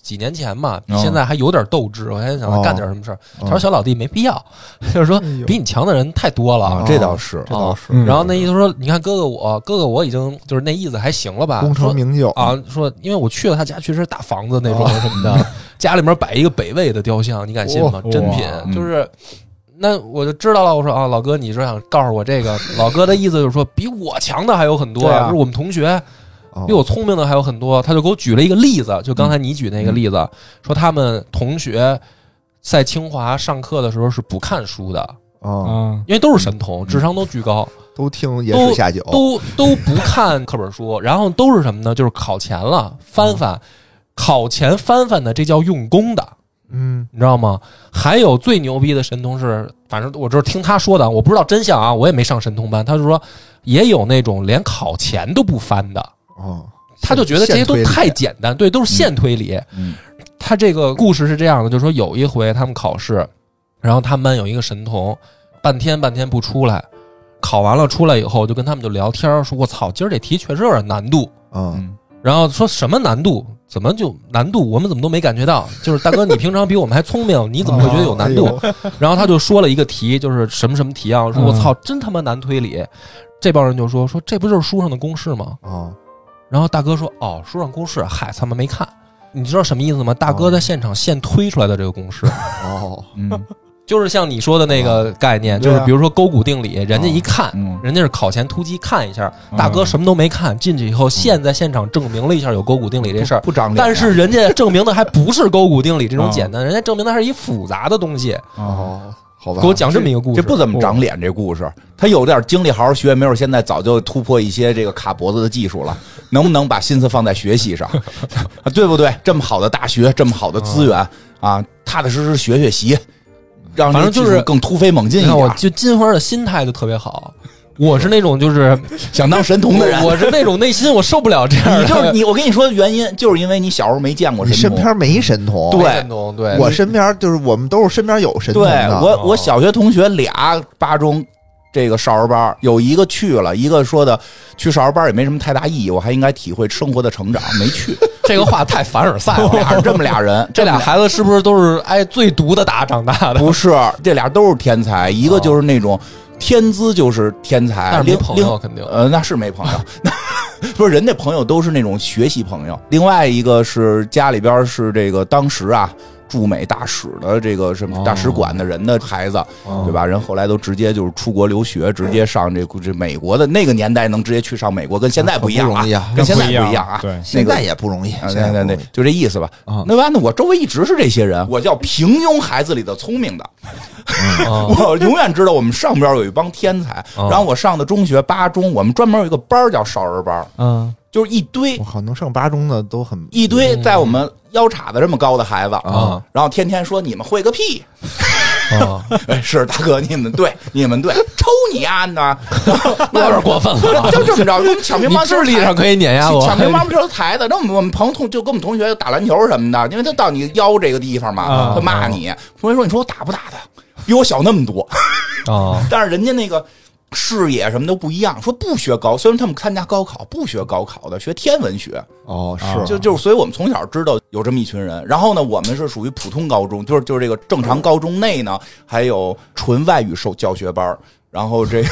B: 几年前吧，比
C: 哦
B: 现在还有点斗志，我还想干点什么事儿。
D: 哦
B: 他说小老弟没必要， 就是说
D: 哎呦哦
B: 比你强的人太多了。
C: 啊，这倒
B: 哦
C: 是
D: 这倒是
A: 嗯
B: 然后那意思说，你看哥哥我，哥哥我已经就是那意思还行了吧？
D: 功成
B: 说
D: 名就，
B: 啊，说因为我去了他家，确实是大房子那
D: 哦
B: 种什么的，
D: 嗯
B: 家里面摆一个北魏的雕像，你敢信吗
A: 哇？
B: 真品
D: 嗯
A: 哇
B: 就是。那我就知道了，我说啊，老哥，你是想告诉我这个？老哥的意思就是说，比我强的还有很多，
D: 对啊
B: 就是我们同学
D: 哦嗯
B: 比我聪明的还有很多。他就给我举了一个例子，就刚才你举那个例子，说他们同学在清华上课的时候是不看书的，
D: 啊，
A: 啊，
C: 嗯
B: 因为都是神童，智商都巨高。
D: 都听野史下酒，
B: 都都不看课本书，然后都是什么呢？就是考前了翻翻，考前翻翻的这叫用功的，
D: 嗯，
B: 你知道吗？还有最牛逼的神童是，反正我就是听他说的，我不知道真相啊，我也没上神童班。他就说也有那种连考前都不翻的，
D: 哦，
B: 他就觉得这些都
D: 现推理
B: 太简单，对，都是线推理。
C: 嗯
B: 他这个故事是这样的，就是说有一回他们考试，然后他们班有一个神童，半天半天不出来，考完了出来以后就跟他们就聊天，说我操，今儿这题确实有点难度。
D: 嗯，
C: 嗯
B: 然后说什么难度？怎么就难度？我们怎么都没感觉到？就是大哥，你平常比我们还聪明，你怎么会觉得有难度？
D: 哎呦？
B: 然后他就说了一个题，就是什么什么题啊？说我
A: 嗯
B: 操，真他妈难推理。这帮人就说说这不就是书上的公式吗？
D: 哦，
B: 然后大哥说：“哦，书上公式，嗨，他们没看。”你知道什么意思吗？大哥在现场现推出来的这个公式，
D: 哦，
C: 嗯
B: 就是像你说的那个概念，就
D: 对啊
B: 是比如说勾股定理，人家一看，
C: 嗯，
B: 人家是考前突击看一下，大哥什么都没看，进去以后现在现场证明了一下有勾股定理这事儿。
C: 不嗯长脸啊，
B: 但是人家证明的还不是勾股定理这种简单，人家证明的还是一复杂的东西。
A: 啊
C: 哦
D: 哦，好吧，
B: 给我讲这么一个故事，
C: 这不怎么长脸，这故事他有点精力好好学，没准现在早就突破一些这个卡脖子的技术了。能不能把心思放在学习上， 啊对不对？这么好的大学，这么好的资源啊，踏踏实实学学习，让
B: 反正
C: 这技
B: 就是
C: 术更突飞猛进
B: 你
C: 一
B: 看，我
C: 点，
B: 就金花的心态就特别好。我是那 种就是
C: 想当神童的人。
B: 我我是那种内心我受不了这样的。
C: 你就是 你，我跟你说原因，就是因为你小时候没见过
D: 你
C: 神
D: 身
C: 童。
D: 边没神童，
C: 对
B: 运动对，
D: 我身边就是我们都是身边有神童
C: 对
D: 的，
B: 哦
C: 我，我小学同学俩八中这个少儿班有一个去了，一个说的去少儿班也没什么太大意义，我还应该体会生活的成长，没 去。
B: 这个话太凡尔赛
C: 俩
B: 了。
C: 人这么俩人，
B: 这俩孩子是不是都是挨最毒的打长大的？
C: 不是这俩都是天才，一个就是那种天资就是天才，
B: 但是没
C: 另
B: 朋友
C: 另
B: 肯定
C: 呃，那是没朋 友。不是人家朋友都是那种学习朋友，另外一个是家里边是这个当时啊驻美大使的这个什么
B: 哦
C: 大使馆的人的孩子，对吧？人后来都直接就是出国留学，直接上这这美国的那个年代能直接去上美国，跟现在不一样
D: 很不
C: 啊
D: 容易啊，
C: 跟现在不
A: 一
C: 一样啊。
A: 对，
D: 现在也不容易，
C: 啊，
D: 现
C: 对
D: 在
C: 对
D: 不
C: 对
D: 容易，
C: 就这意思吧。
B: 啊
C: 那完了，我周围一直是这些人，嗯我叫平庸孩子里的聪明的。
B: 啊
C: 我永远知道我们上边有一帮天才，
B: 哦
C: 然后我上的中学八中，我们专门有一个班儿叫少儿班儿，
B: 嗯，
C: 就是一堆
D: 我靠，能上八中的都很
C: 一堆在我们腰叉子这么高的孩子
B: 哦，
C: 然后天天说你们会个屁，
B: 啊，
C: 哎是大哥你们对，你们对，抽你啊那，
B: 那有点过分了。
C: 就这么着，给我们抢乒
B: 你
C: 乓球
B: 智
C: 台
B: 力上可以碾哎压我，
C: 抢 乒乓球台子，那我们我们朋友同就跟我们同学打篮球什么的，因为他到你腰这个地方嘛
B: 啊，
C: 他骂你，同学说你说我打不打他，比我小那么多，
B: 啊，
C: 但是人家那个视野什么都不一样，说不学高，虽然他们参加高考不学高考的，学天文学，
D: 哦
A: 啊
D: 是
C: 就就是，所以我们从小知道有这么一群人。然后呢，我们是属于普通高中，就是就是这个正常高中内呢，还有纯外语受教学班儿然后这个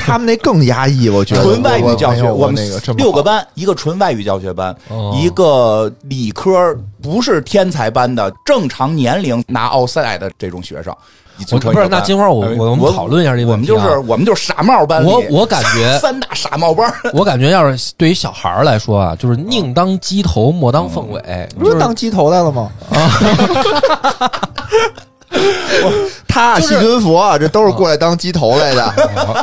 D: 他们那更压抑，我觉得
C: 纯外
D: 我
C: 语教学，
D: 没有
C: 我
D: 我
C: 们
D: 那个这么
C: 六个
D: 好
C: 班，一个纯外语教学班，
B: 哦
C: 一个理科不是天才班的正常年龄拿奥赛的这种学生。你组
B: 我
C: 成一
B: 不
C: 个
B: 是那
C: 班
B: 金花，我
C: 哎
B: 我们讨论一下这个
C: 我
B: 问
C: 们
B: 题啊。
C: 就是我们就是傻帽班里，
B: 我我感觉
C: 三大傻帽班儿，
B: 我感觉，要是对于小孩儿来说啊，就是宁当鸡头，莫当凤尾。
D: 不是当鸡头来了吗？啊，他细菌佛啊这都是过来当鸡头 来的。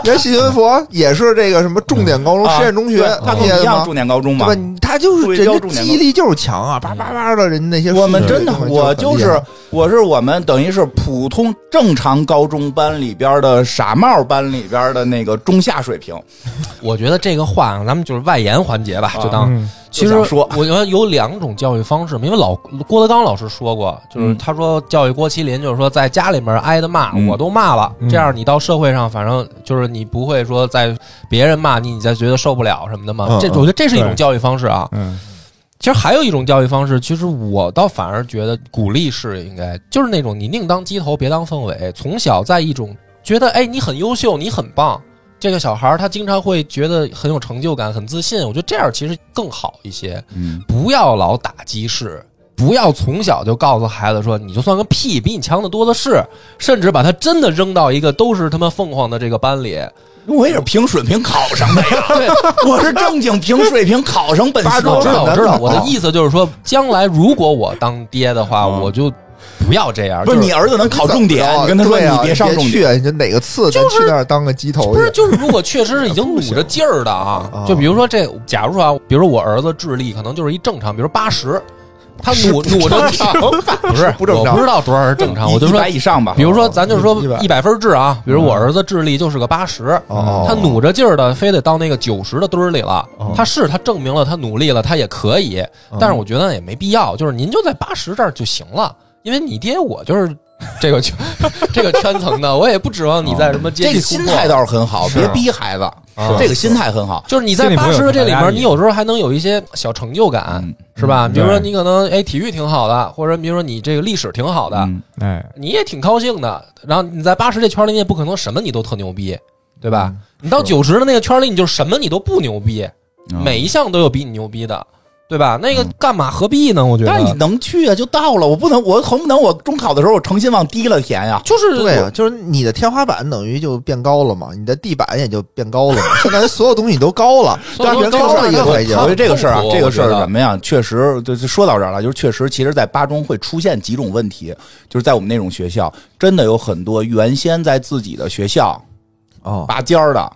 D: 人细菌佛也是这个什么重点高中、
C: 啊
D: 实验中学
C: 对他跟
D: 毕业
C: 我一
D: 的
C: 样
D: 吗
C: 重？点高中
D: 对
C: 嘛
D: 吧？。你他就是
C: 对
D: 人
C: 标
D: 家
C: 重点
D: 记忆力就是强啊，叭叭叭的，人家那些
C: 我们
D: 数据
C: 真的，
D: 东西
C: 我
D: 就
C: 就
D: 很厉
C: 是
D: 害
C: 我是我们等于是普通正常高中班里边的傻帽班里边的那个中下水平，
B: 我觉得这个话啊，咱们就是外延环节吧，就当
A: 嗯
B: 其实
C: 就想说
B: 我觉得有两种教育方式嘛，因为老郭德纲老师说过，就是
C: 嗯
B: 他说教育郭麒麟，就是说在家里面挨的骂、
C: 嗯
B: 我都骂了，
A: 嗯
B: 这样你到社会上，反正就是你不会说在别人骂你，你再觉得受不了什么的嘛。
D: 嗯
B: 这
D: 嗯
B: 我觉得这是一种
A: 对
B: 教育方式啊。
A: 嗯
B: 其实还有一种教育方式，其实我倒反而觉得鼓励是应该，就是那种你宁当鸡头别当凤尾，从小在一种觉得哎你很优秀，你很棒，这个小孩儿他经常会觉得很有成就感，很自信。我觉得这样其实更好一些，
C: 嗯，
B: 不要老打鸡式。不要从小就告诉孩子说，你就算个屁，比你强的多的是，甚至把他真的扔到一个都是他妈凤凰的这个班里，
C: 我也是凭水平考上的 呀，我是正经凭水平考上本
D: 八
C: 校
D: 中
B: 我知
C: 的。
B: 道，
D: 那
B: 我知道。
D: 那
B: 我的
D: 好
B: 意思就是说，将来如果我当爹的话，
C: 嗯
B: 我就不要这样。
C: 不是
B: 就
C: 你儿子能考重点，你跟他说
D: 对啊
C: 别上重点，
D: 去，你就哪个次咱去那儿当个鸡头
B: 不是
D: 去？
B: 就是如果确实是已经努着劲儿的啊
D: 啊，
B: 就比如说这，假如说啊，比如说我儿子智力可能就是一正常，比如八十，他努
D: 是
B: 努着劲儿不是
D: 不正常
B: 我不知道多少是正常，我就
C: 一
B: 说
C: 百，以上吧
B: 比。如说咱就说
D: 一百
B: 一百分制啊，比如我儿子智力就是个八十，
D: 哦，
B: 他努着劲儿的，非得到那个九十的堆儿里了
D: 哦。
B: 他是他证明了他努力了，他也可以，但是我觉得也没必要，就是您就在八十这儿就行了，因为你爹我就是这个圈 这个圈层的，我也不指望你在什么阶
C: 哦这
B: 级
C: 个
B: 突
C: 心
B: 破
C: 态倒是很好，别逼孩子
B: 是。
C: 这个心态很好，
B: 就是你在
A: 心里不
B: 八
A: 会有
B: 十的这里
A: 太大压
B: 面，
A: 力
B: 你有时候还能有一些小成就感
C: 嗯，
B: 是吧？
A: 嗯
B: 比如说
A: 对
B: 你可能哎体育挺好的，或者比如说你这个历史挺好的，
C: 嗯
A: 哎，
B: 你也挺高兴的。然后你在八十这圈里，你也不可能什么你都特牛逼，对吧？你到
D: 是
B: 九十的那个圈里，你就什么你都不牛逼，
C: 嗯
B: 每一项都有比你牛逼的，对吧？那个
C: 嗯
B: 干嘛何必呢？我觉得
C: 但是你能去啊，就到了。我不能，我横不能我中考的时候我诚心往低了填呀。
B: 就是
D: 对啊，就是你的天花板等于就变高了嘛，你的地板也就变高了嘛。 现在所有东西都高 了，
B: 所有东西
D: 但是
B: 都
D: 高
B: 高了
D: 了一个
B: 我
D: 台阶
B: 靠
C: 我觉得这个事儿啊
B: 痛，苦
C: 这个事儿
B: 我觉
C: 是
B: 得
C: 什么呀？确实，就是说到这儿了，就是确实，其实，在八中会出现几种问题，就是在我们那种学校，真的有很多原先在自己的学校
D: 啊。
C: 拔尖儿的，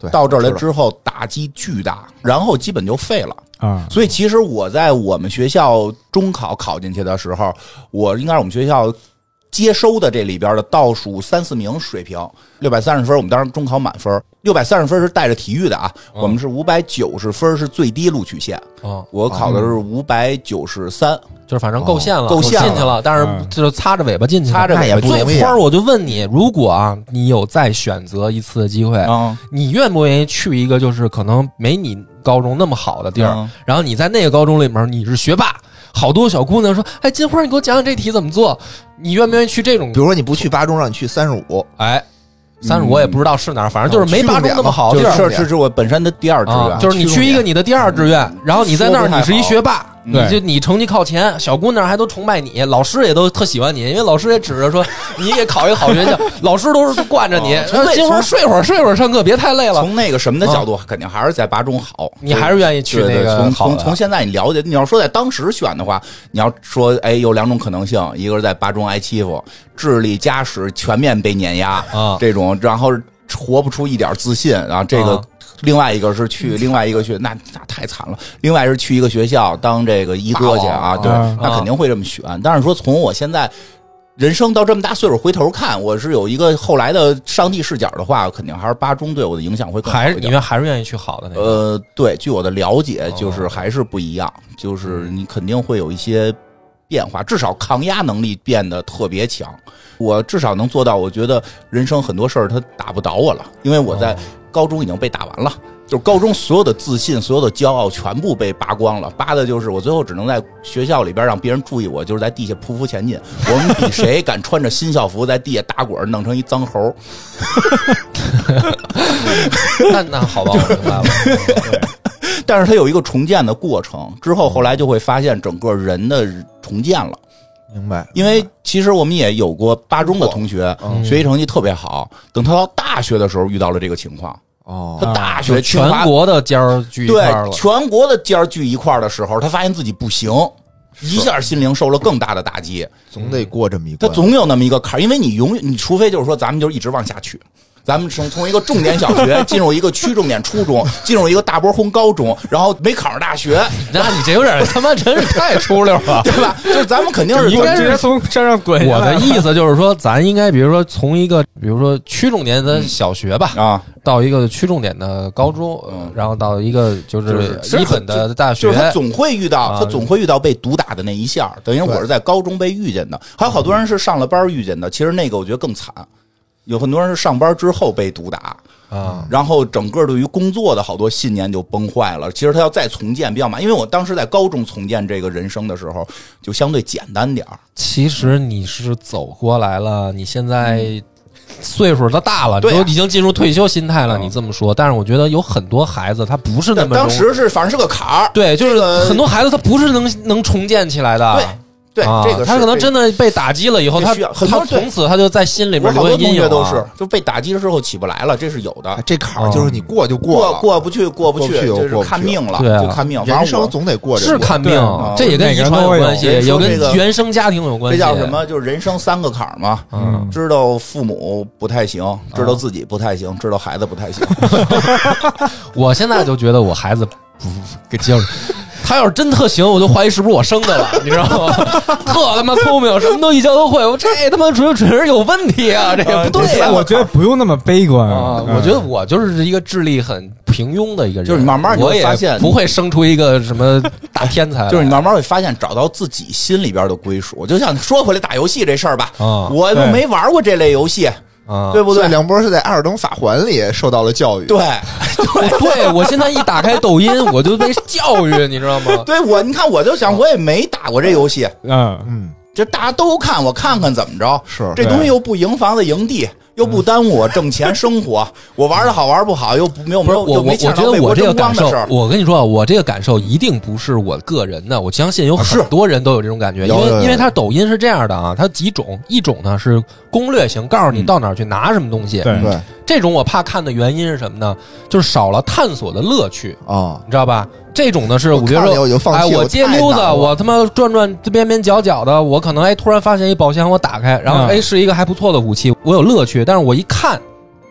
D: 对
C: 到这儿来
D: 我知
C: 之
D: 道
C: 后打击巨大，然后基本就废了。
A: 啊，
C: 所以其实我在我们学校中考考进去的时候，我应该是我们学校接收的这里边的倒数三四名水平，六百三十分，我们当时中考满分，六百三十分是带着体育的啊，
B: 嗯
C: 我们是五百九十分是最低录取线，
B: 嗯，
C: 我考的是五百九十三，
B: 就是反正够线了，
C: 哦够
B: 我
C: 线了
B: 进去了，但是
A: 嗯
B: 就是擦着尾巴进去的，
C: 擦着
D: 那
C: 尾
D: 也
C: 巴
D: 不
C: 进
D: 容易
B: 最
D: 啊
B: 花，我就问你，如果啊，你有再选择一次的机会，
C: 啊，
B: 你愿不愿意去一个就是可能没你高中那么好的地儿？
C: 嗯
B: 然后你在那个高中里面你是学霸，好多小姑娘说：“哎，金花，你给我讲讲这题怎么做？”你愿不愿意去这种
D: 比？如说你不去八中，让你去三十五，
B: 哎，三十五
C: 嗯
B: 也不知道是哪儿，反正就是没八中那么好的
C: 就
B: 地
C: 是
B: 儿。
C: 这这是我本身的第二志
B: 啊，
C: 愿，
B: 就是你去一个你的第二志愿，然后你在那
C: 嗯说
B: 儿
C: 不太
B: 你是一
C: 好
B: 学霸，你
A: 对
B: 就你成绩靠前，小姑娘还都崇拜你，老师也都特喜欢你，因为老师也指着说你也考一个好学校， 老师都是惯着你
C: 哦，
B: 说
C: 从
B: 金花
C: 从
B: 睡会儿睡会儿上课，别太累了。
C: 从那个什么的
B: 嗯
C: 角度，肯定还是在八中好，
B: 你还是愿意去
C: 对
B: 那
C: 对
B: 个
C: 从
B: 好
C: 从
B: 的
C: 从现在你了解，你要说在当时选的话，你要说哎有两种可能性，一个是在八中挨欺负，智力家史全面被碾压
B: 啊
C: 这种，然后活不出一点自信，然后这个。
B: 啊
C: 另外一个是去另外一个学，那那太惨了。另外是去一个学校当这个一哥去啊，
B: 霸王
C: 对
A: 啊，
C: 那肯定会这么选。但是说从我现在人生到这么大岁数回头看，我是有一个后来的上帝视角的话，肯定还是八中对我的影响会更好
B: 还
C: 一
B: 是你
C: 点。
B: 们还是愿意去好的那个。
C: 呃，对，据我的了解，
B: 哦嗯
C: 就是还是不一样，就是你肯定会有一些变化，至少抗压能力变得特别强。我至少能做到，我觉得人生很多事儿它打不倒我了，因为我在
B: 哦
C: 高中已经被打完了，就是高中所有的自信、所有的骄傲全部被扒光了，扒的就是我最后只能在学校里边让别人注意我，就是在地下匍匐前进。我们比谁敢穿着新校服在地下打滚儿，弄成一脏猴。
B: 那那好吧，我明白了。
C: 但是它有一个重建的过程，之后后来就会发现整个人的重建了。
D: 明白？
C: 因为其实我们也有过八中的同学，
B: 嗯
C: 学习成绩特别好，等他到大学的时候遇到了这个情况，
D: 哦，
C: 他大
B: 就
C: 学清华
B: 全国的尖儿聚一块儿
C: 对
B: 了，
C: 全国的尖儿聚一块儿的时候，他发现自己不行，一下心灵受了更大的打击。
D: 总得过这么一
C: 他
D: 关。
C: 总有那么一个坎儿，因为你永远，你除非就是说咱们就一直往下去，咱们从从一个重点小学进入一个区重点初中，进入一个大波轰高中，然后没考上大学，
B: 那你这有点 他妈真是太出溜 了。
C: 对 吧？就是咱们肯定是
A: 你
B: 应该
A: 直
B: 是
A: 接从山上滚下
B: 我
A: 来
B: 的意思就是说，咱应该比如说从一个比如说区重点的小学吧，
C: 啊，
B: 到一个区重点的高中，呃然后到一个就
C: 嗯就是
B: 是
C: 其实
B: 一
C: 很
B: 本的大学
C: 啊就是，他总会遇到，
B: 啊
C: 他总会遇到被毒打的那一下儿。等于我是在高中被遇见的，还有好多人是上了班遇见的。其实那个我觉得更惨，有很多人是上班之后被毒打，
B: 啊，
C: 然后整个对于工作的好多信念就崩坏了。其实他要再重建比较麻烦，因为我当时在高中重建这个人生的时候，就相对简单点儿。
B: 其实你是走过来了，你现在岁数都大了，你
C: 对啊
B: 都已经进入退休心态了。
C: 嗯
B: 你这么说，但是我觉得有很多孩子他不是那
C: 但
B: 么
C: 当
B: 容易
C: 时是反正是个坎儿，
B: 对，就是
C: 这个
B: 很多孩子他不是能能重建起来的。
C: 对对，
B: 啊
C: 这个是
B: 他可能
C: 这
B: 真的被打击了以后，
C: 这
B: 他
C: 需要很多
B: 他
C: 对
B: 从此他就在心里
C: 我
B: 面
C: 好
B: 留
C: 多
B: 下
C: 同
B: 阴影
C: 学
B: 啊。
C: 都是就被打击之后起不来了，这是有的
D: 哎。这坎儿就是你哦过就
C: 过
D: 了，
C: 过不去，过不
D: 过不去
C: 这是
D: 过不去
C: 看命了，
B: 对啊
C: 就看命。反
D: 人
C: 正我
D: 生总得过这
B: 是
D: 关
B: 看病
A: 对啊，
B: 这也跟
A: 每
B: 遗
A: 个人
B: 传
A: 都
B: 有
A: 会有
B: 关系，
C: 人说
B: 有跟
C: 这个
B: 原生家庭有关
C: 这
B: 系。啊
C: 叫什？么？就是人生三个坎儿嘛。
B: 嗯，
C: 知道父母不太行，知道自己不太行，知道孩子不太行。
B: 我现在就觉得我孩子不给教育。他要是真特行，我就怀疑是不是我生的了，你知道吗？ 特他妈聪明，什么东西教都会，我这他妈准准是有问题啊！这个不对
A: 哎
B: 啊！
A: 我觉得不用那么悲观
C: 嗯
A: 嗯
B: 啊，我觉得我就是一个智力很平庸的一个人，
C: 就是你慢慢你
B: 我
C: 会
B: 也
C: 发现
B: 不会生出一个什么大天才来，
C: 就是你慢慢会发现，找到自己心里边的归属。就像说回来打游戏这事儿吧，
B: 啊
C: 我又
A: 对
C: 没玩过这类游戏，
B: 啊，
C: 对不
D: 所
C: 对
D: 以？梁波是在《艾尔登法环》里受到了教 育，
C: 对，
B: 我 对我现在一打开抖音，我就被教育，你知道 吗？
C: 对我，你看我就想，我也没打过这游戏，
A: 嗯，
D: 嗯，
C: 这大家都看，我看看怎么着。
D: 是
C: 这东西又不营房子营地，又不耽误我挣钱生活，我玩的好玩不好又不没有没
B: 不是
C: 有
B: 我，
C: 又
B: 我
C: 没
B: 我
C: 牵
B: 觉
C: 扯到
B: 得
C: 为
B: 我
C: 国
B: 这个
C: 争
B: 感
C: 光的
B: 受
C: 事儿，。
B: 我跟你说啊，我这个感受一定不是我个人的，我相信有很多人都有这种
C: 啊
B: 感觉，因
D: 有有有
B: 为因为它抖音是这样的啊，它几种，一种呢是攻略型，告诉你到哪儿去拿什么东西，
A: 对
D: 对
B: 这种我怕看的原因是什么呢？就是少了探索的乐趣，
D: 啊，
B: 你知道吧？这种呢是
D: 我
B: 我比如
D: 看了
B: 说
D: 我就放
B: 哎，
D: 弃
B: 我
D: 我
B: 街
D: 太
B: 溜
D: 难
B: 子，
D: 了
B: 我他妈转转边边角角的，我可能哎突然发现一宝箱，我打开，然后
A: 嗯
B: 哎是一个还不错的武器，我有乐趣。但是我一看，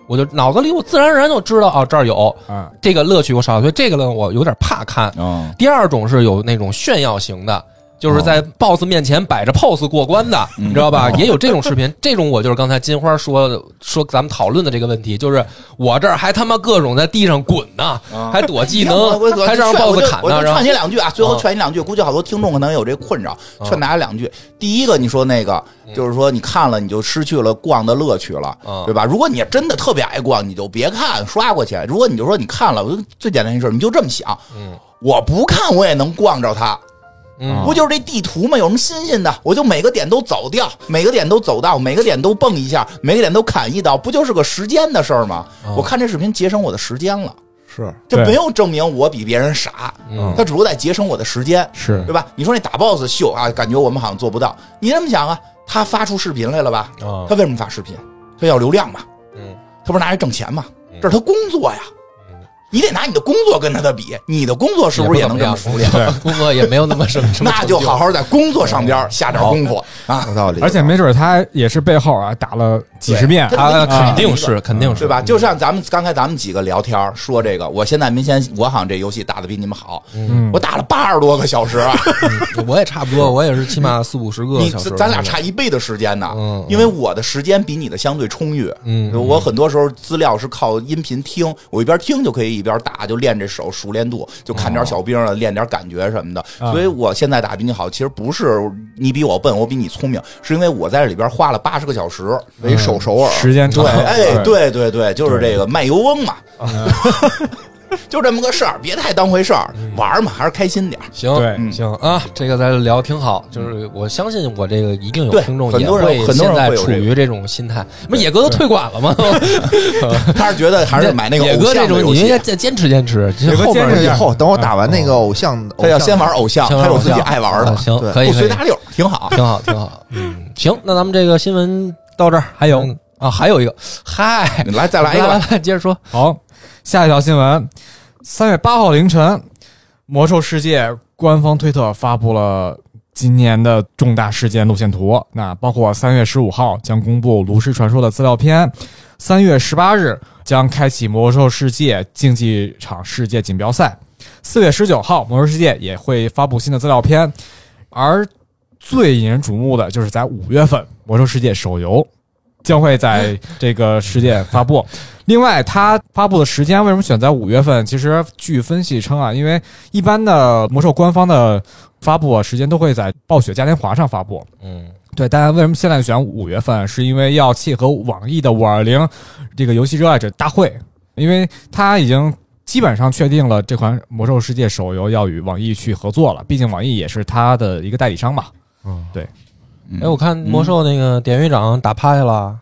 B: 我就脑子里我自然而然就知道哦这儿有
A: 啊，
B: 这个乐趣，我少了，所以这个呢我有点怕看。
C: 嗯，
B: 第二种是有那种炫耀型的。就是在 BOSS 面前摆着 pose 过关的，
C: 嗯
B: 你知道吧？也有这种视频，这种我就是刚才金花说的，说咱们讨论的这个问题，就是我这儿还他妈各种在地上滚呢，还躲技能，还让 BOSS 砍
C: 我就
B: 呢，然后
C: 劝你两句啊，最后
B: 啊
C: 劝你两句，估计好多听众可能有这困扰，
B: 啊
C: 劝大家两句。第一个，你说那个
B: 嗯
C: 就是说你看了你就失去了逛的乐趣了
B: 啊，
C: 对吧？如果你真的特别爱逛，你就别看，刷过去。如果你就说你看了，我就最简单一事儿，你就这么想，
B: 嗯
C: 我不看我也能逛着它，
B: 嗯
A: 哦
C: 不就是这地图吗？有什么新鲜的？我就每个点都走掉，每个点都走到，每个点都蹦一下，每个点都砍一刀，不就是个时间的事儿吗？
B: 啊
C: 我看这视频节省我的时间了。
D: 是
C: 这
A: 对
C: 没有证明我比别人傻，
B: 嗯
C: 他只不过在节省我的时间，
A: 是
C: 对吧？你说那打 boss 秀啊，感觉我们好像做不到。你这么想啊，他发出视频来了吧？
B: 啊
C: 他为什么发视频？他要流量嘛，
B: 嗯
C: 他不是拿来挣钱嘛？
B: 嗯
C: 这是他工作呀，你得拿你的工作跟他的比，你的工作是不是也能这么熟练？
A: 对，
B: 工作也没有那么什么什么，
C: 那就好。好在工作上边下点功夫啊，
D: 有道理，
A: 而且没准他也是背后啊打了几十遍
C: 对，他
B: 啊，肯定是，肯定是，
C: 对吧？就像咱们刚才咱们几个聊天儿说这个，我现在明显我好像这游戏打的比你们好，
A: 嗯
C: 我，打了八十多个小时啊。
B: 嗯 我也差不多，我也是起码四五十个
C: 你
B: 小时。
C: 咱咱俩差一倍的时间呢，
B: 嗯嗯
C: 因为我的时间比你的相对充裕。
B: 嗯
C: 我很多时候资料是靠音频听，我一边听就可以一边打，就练这手熟练度，就看
B: 哦
C: 点小兵啊，练点感觉什么的。
A: 啊
C: 所以我现在打比你好，其实不是你比我笨，我比你聪明，是因为我在这里边花了八十个小时。
B: 嗯
D: 为手首尔，
A: 时间
C: 对，
A: 长，
C: 哎，，对对对，就是这个卖油翁嘛，
B: 嗯
C: 就这么个事儿，别太当回事儿，
B: 嗯
C: 玩儿嘛，还是开心点儿。
B: 行
A: 对
C: 嗯
B: 行啊，这个咱聊挺好，就是我相信我这个一定有
C: 对
B: 听众
C: 很
B: 也
C: 多人
B: 会
C: 很多人
B: 现在
C: 会有
B: 处
C: 这个
B: 于这种心态。那野哥都退馆了吗？
C: 他是觉得 还是买那个
B: 野
C: 偶
B: 哥这
C: 像的
B: 种，
C: 游
B: 你应
C: 戏啊
B: 该，坚坚持坚持，
A: 野哥
B: 后面
A: 坚持
D: 以
A: 一下
D: 后等我打完那个偶像，
C: 他要先玩
D: 偶
C: 偶像，
B: 先玩
C: 他有
B: 偶
C: 自己
B: 像
C: 爱玩
B: 啊
C: 的。
B: 行，
D: 对
B: 可以
C: 不
B: 可
C: 随
B: 以，
C: 大溜儿，挺好。
B: 挺好，挺好。嗯，行，那咱们这个新闻到这儿，还有啊，还有一个，嗨，
C: 你来，再来一
B: 来来
C: 个，
B: 来，接着说。
A: 好，下一条新闻，三月八号凌晨，魔兽世界官方推特发布了今年的重大事件路线图，那包括三月十五号将公布《炉石传说》的资料片，三月十八日将开启《魔兽世界》竞技场世界锦标赛，四月十九号《魔兽世界》也会发布新的资料片，而最引人瞩目的就是在五月份，《魔兽世界》手游将会在这个世界发布。另外，它发布的时间为什么选在五月份？其实据分析称啊，因为一般的魔兽官方的发布啊时间都会在暴雪嘉年华上发布。
B: 嗯，
A: 对，但为什么现在选五月份？是因为要契合网易的五二零这个游戏热爱者大会，因为它已经基本上确定了这款《魔兽世界》手游要与网易去合作了，毕竟网易也是它的一个代理商嘛。
B: 哎，我
C: 嗯
B: 看魔兽那个典狱长打趴下了，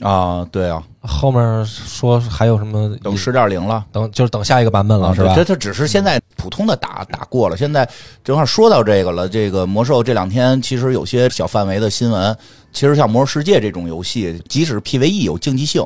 C: 啊，对啊，
B: 后面说还有什么
C: 等十点零了。啊
B: 等就是等下一个版本了，嗯是吧
C: 这？它只是现在普通的打打过了，现在正好说到这个了。这个魔兽这两天其实有些小范围的新闻，其实像《魔兽世界》这种游戏，即使 PVE E 有竞技性，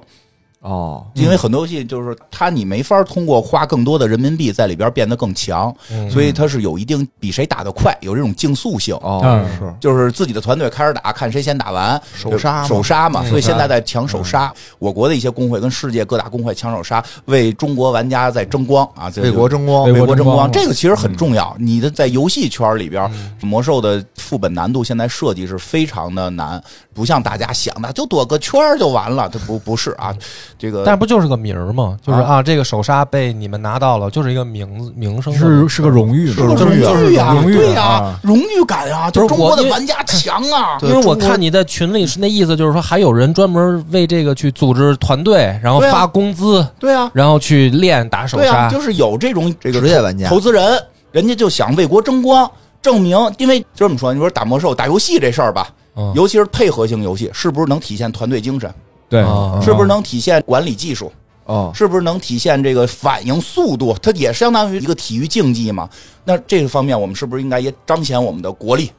D: 哦，
C: 因
B: 嗯
C: 为很多游戏就是它你没法通过花更多的人民币在里边变得更强，
B: 嗯
C: 所以它是有一定比谁打得快，有这种竞速性。
D: 哦
A: 嗯，
D: 是
C: 就是自己的团队开始打，看谁先打完，
D: 手杀嘛
C: 手杀嘛。
B: 嗯
C: 所以现在在抢手杀，我国的一些工会跟世界各大工会抢手杀，为中国玩家在争光啊，这
D: 为国争光
A: 为，
C: 为
A: 国
C: 国
A: 争
C: 争
A: 光
C: 光，这个其实很重要。你的在游戏圈里边，魔兽的副本难度现在设计是非常的难，不像大家想的就躲个圈儿就完了，它不不是啊，这个
B: 但不就是个名儿吗？就是
C: 啊
B: 啊，这个手刹被你们拿到了，就是一个名字名声的
A: 是是个荣誉，
D: 是荣
A: 就
D: 誉啊
A: 就是
C: 啊，
A: 荣誉
C: 对
A: 啊
C: 呀，，荣誉感啊，
B: 不
C: 就是是中国
B: 我
C: 的
B: 因为
C: 玩家强 啊，
D: 对
B: 因为我
D: 中国
B: 看你在群里是那意思，就是说还有人专门为这个去组织团队，然后
C: 对啊
B: 发工资，
C: 对啊，
B: 然后去练打手
C: 对啊，
B: 刹。
C: 就是有这种这个
D: 职业玩家
C: 投资人，人家就想为国争光，证明，因为就这么说，你说打魔兽、打游戏这事儿吧，
B: 嗯
C: 尤其是配合型游戏，是不是能体现团队精神？
A: 对，
B: 啊
C: 是不是能体现管理技术？
D: 哦，
C: 是不是能体现这个反应速度？它也相当于一个体育竞技嘛。那这个方面，我们是不是应该也彰显我们的国力？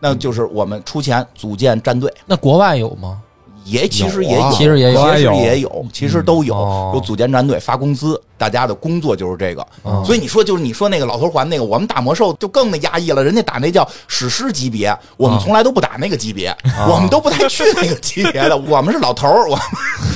C: 那就是我们出钱组建战队，
B: 那国外有吗？
C: 也其实也
D: 有啊
C: 有，
B: 其实也有
C: 其实
A: 有
C: 也有，其实都有，
B: 嗯哦
C: 有组建战队发工资，大家的工作就是这个。
B: 嗯
C: 所以你说就是你说那个老头环那个，我们打魔兽就更那压抑了，人家打那叫史诗级别，我们
B: 啊
C: 从来都不打那个级别，
B: 嗯
C: 我们都不太去那个级别的，我们是老头儿，我们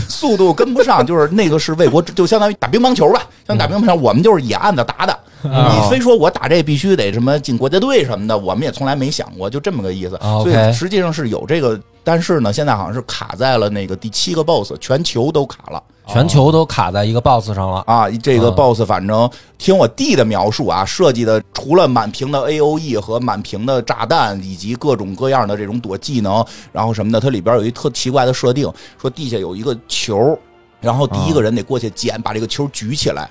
C: 速度跟不上，就是那个是为国， 就相当于打乒乓球吧，像打乒乓球，我们就是野案子打的。你非说我打这必须得什么进国家队什么的，我们也从来没想过，就这么个意思。所
B: 啊 OK
C: 以实际上是有这个，但是呢，现在好像是卡在了那个第七个 BOSS，全球都卡了。
B: 全球都卡在一个 boss 上了。
C: 啊，这个
B: 嗯
C: BOSS 反正听我弟的描述啊，设计的除了满屏的 AOE 和满屏的炸弹，以及各种各样的这种躲技能，然后什么的，它里边有一特奇怪的设定，说地下有一个球。然后第一
D: 啊
C: 个人得过去捡，把这个球举起来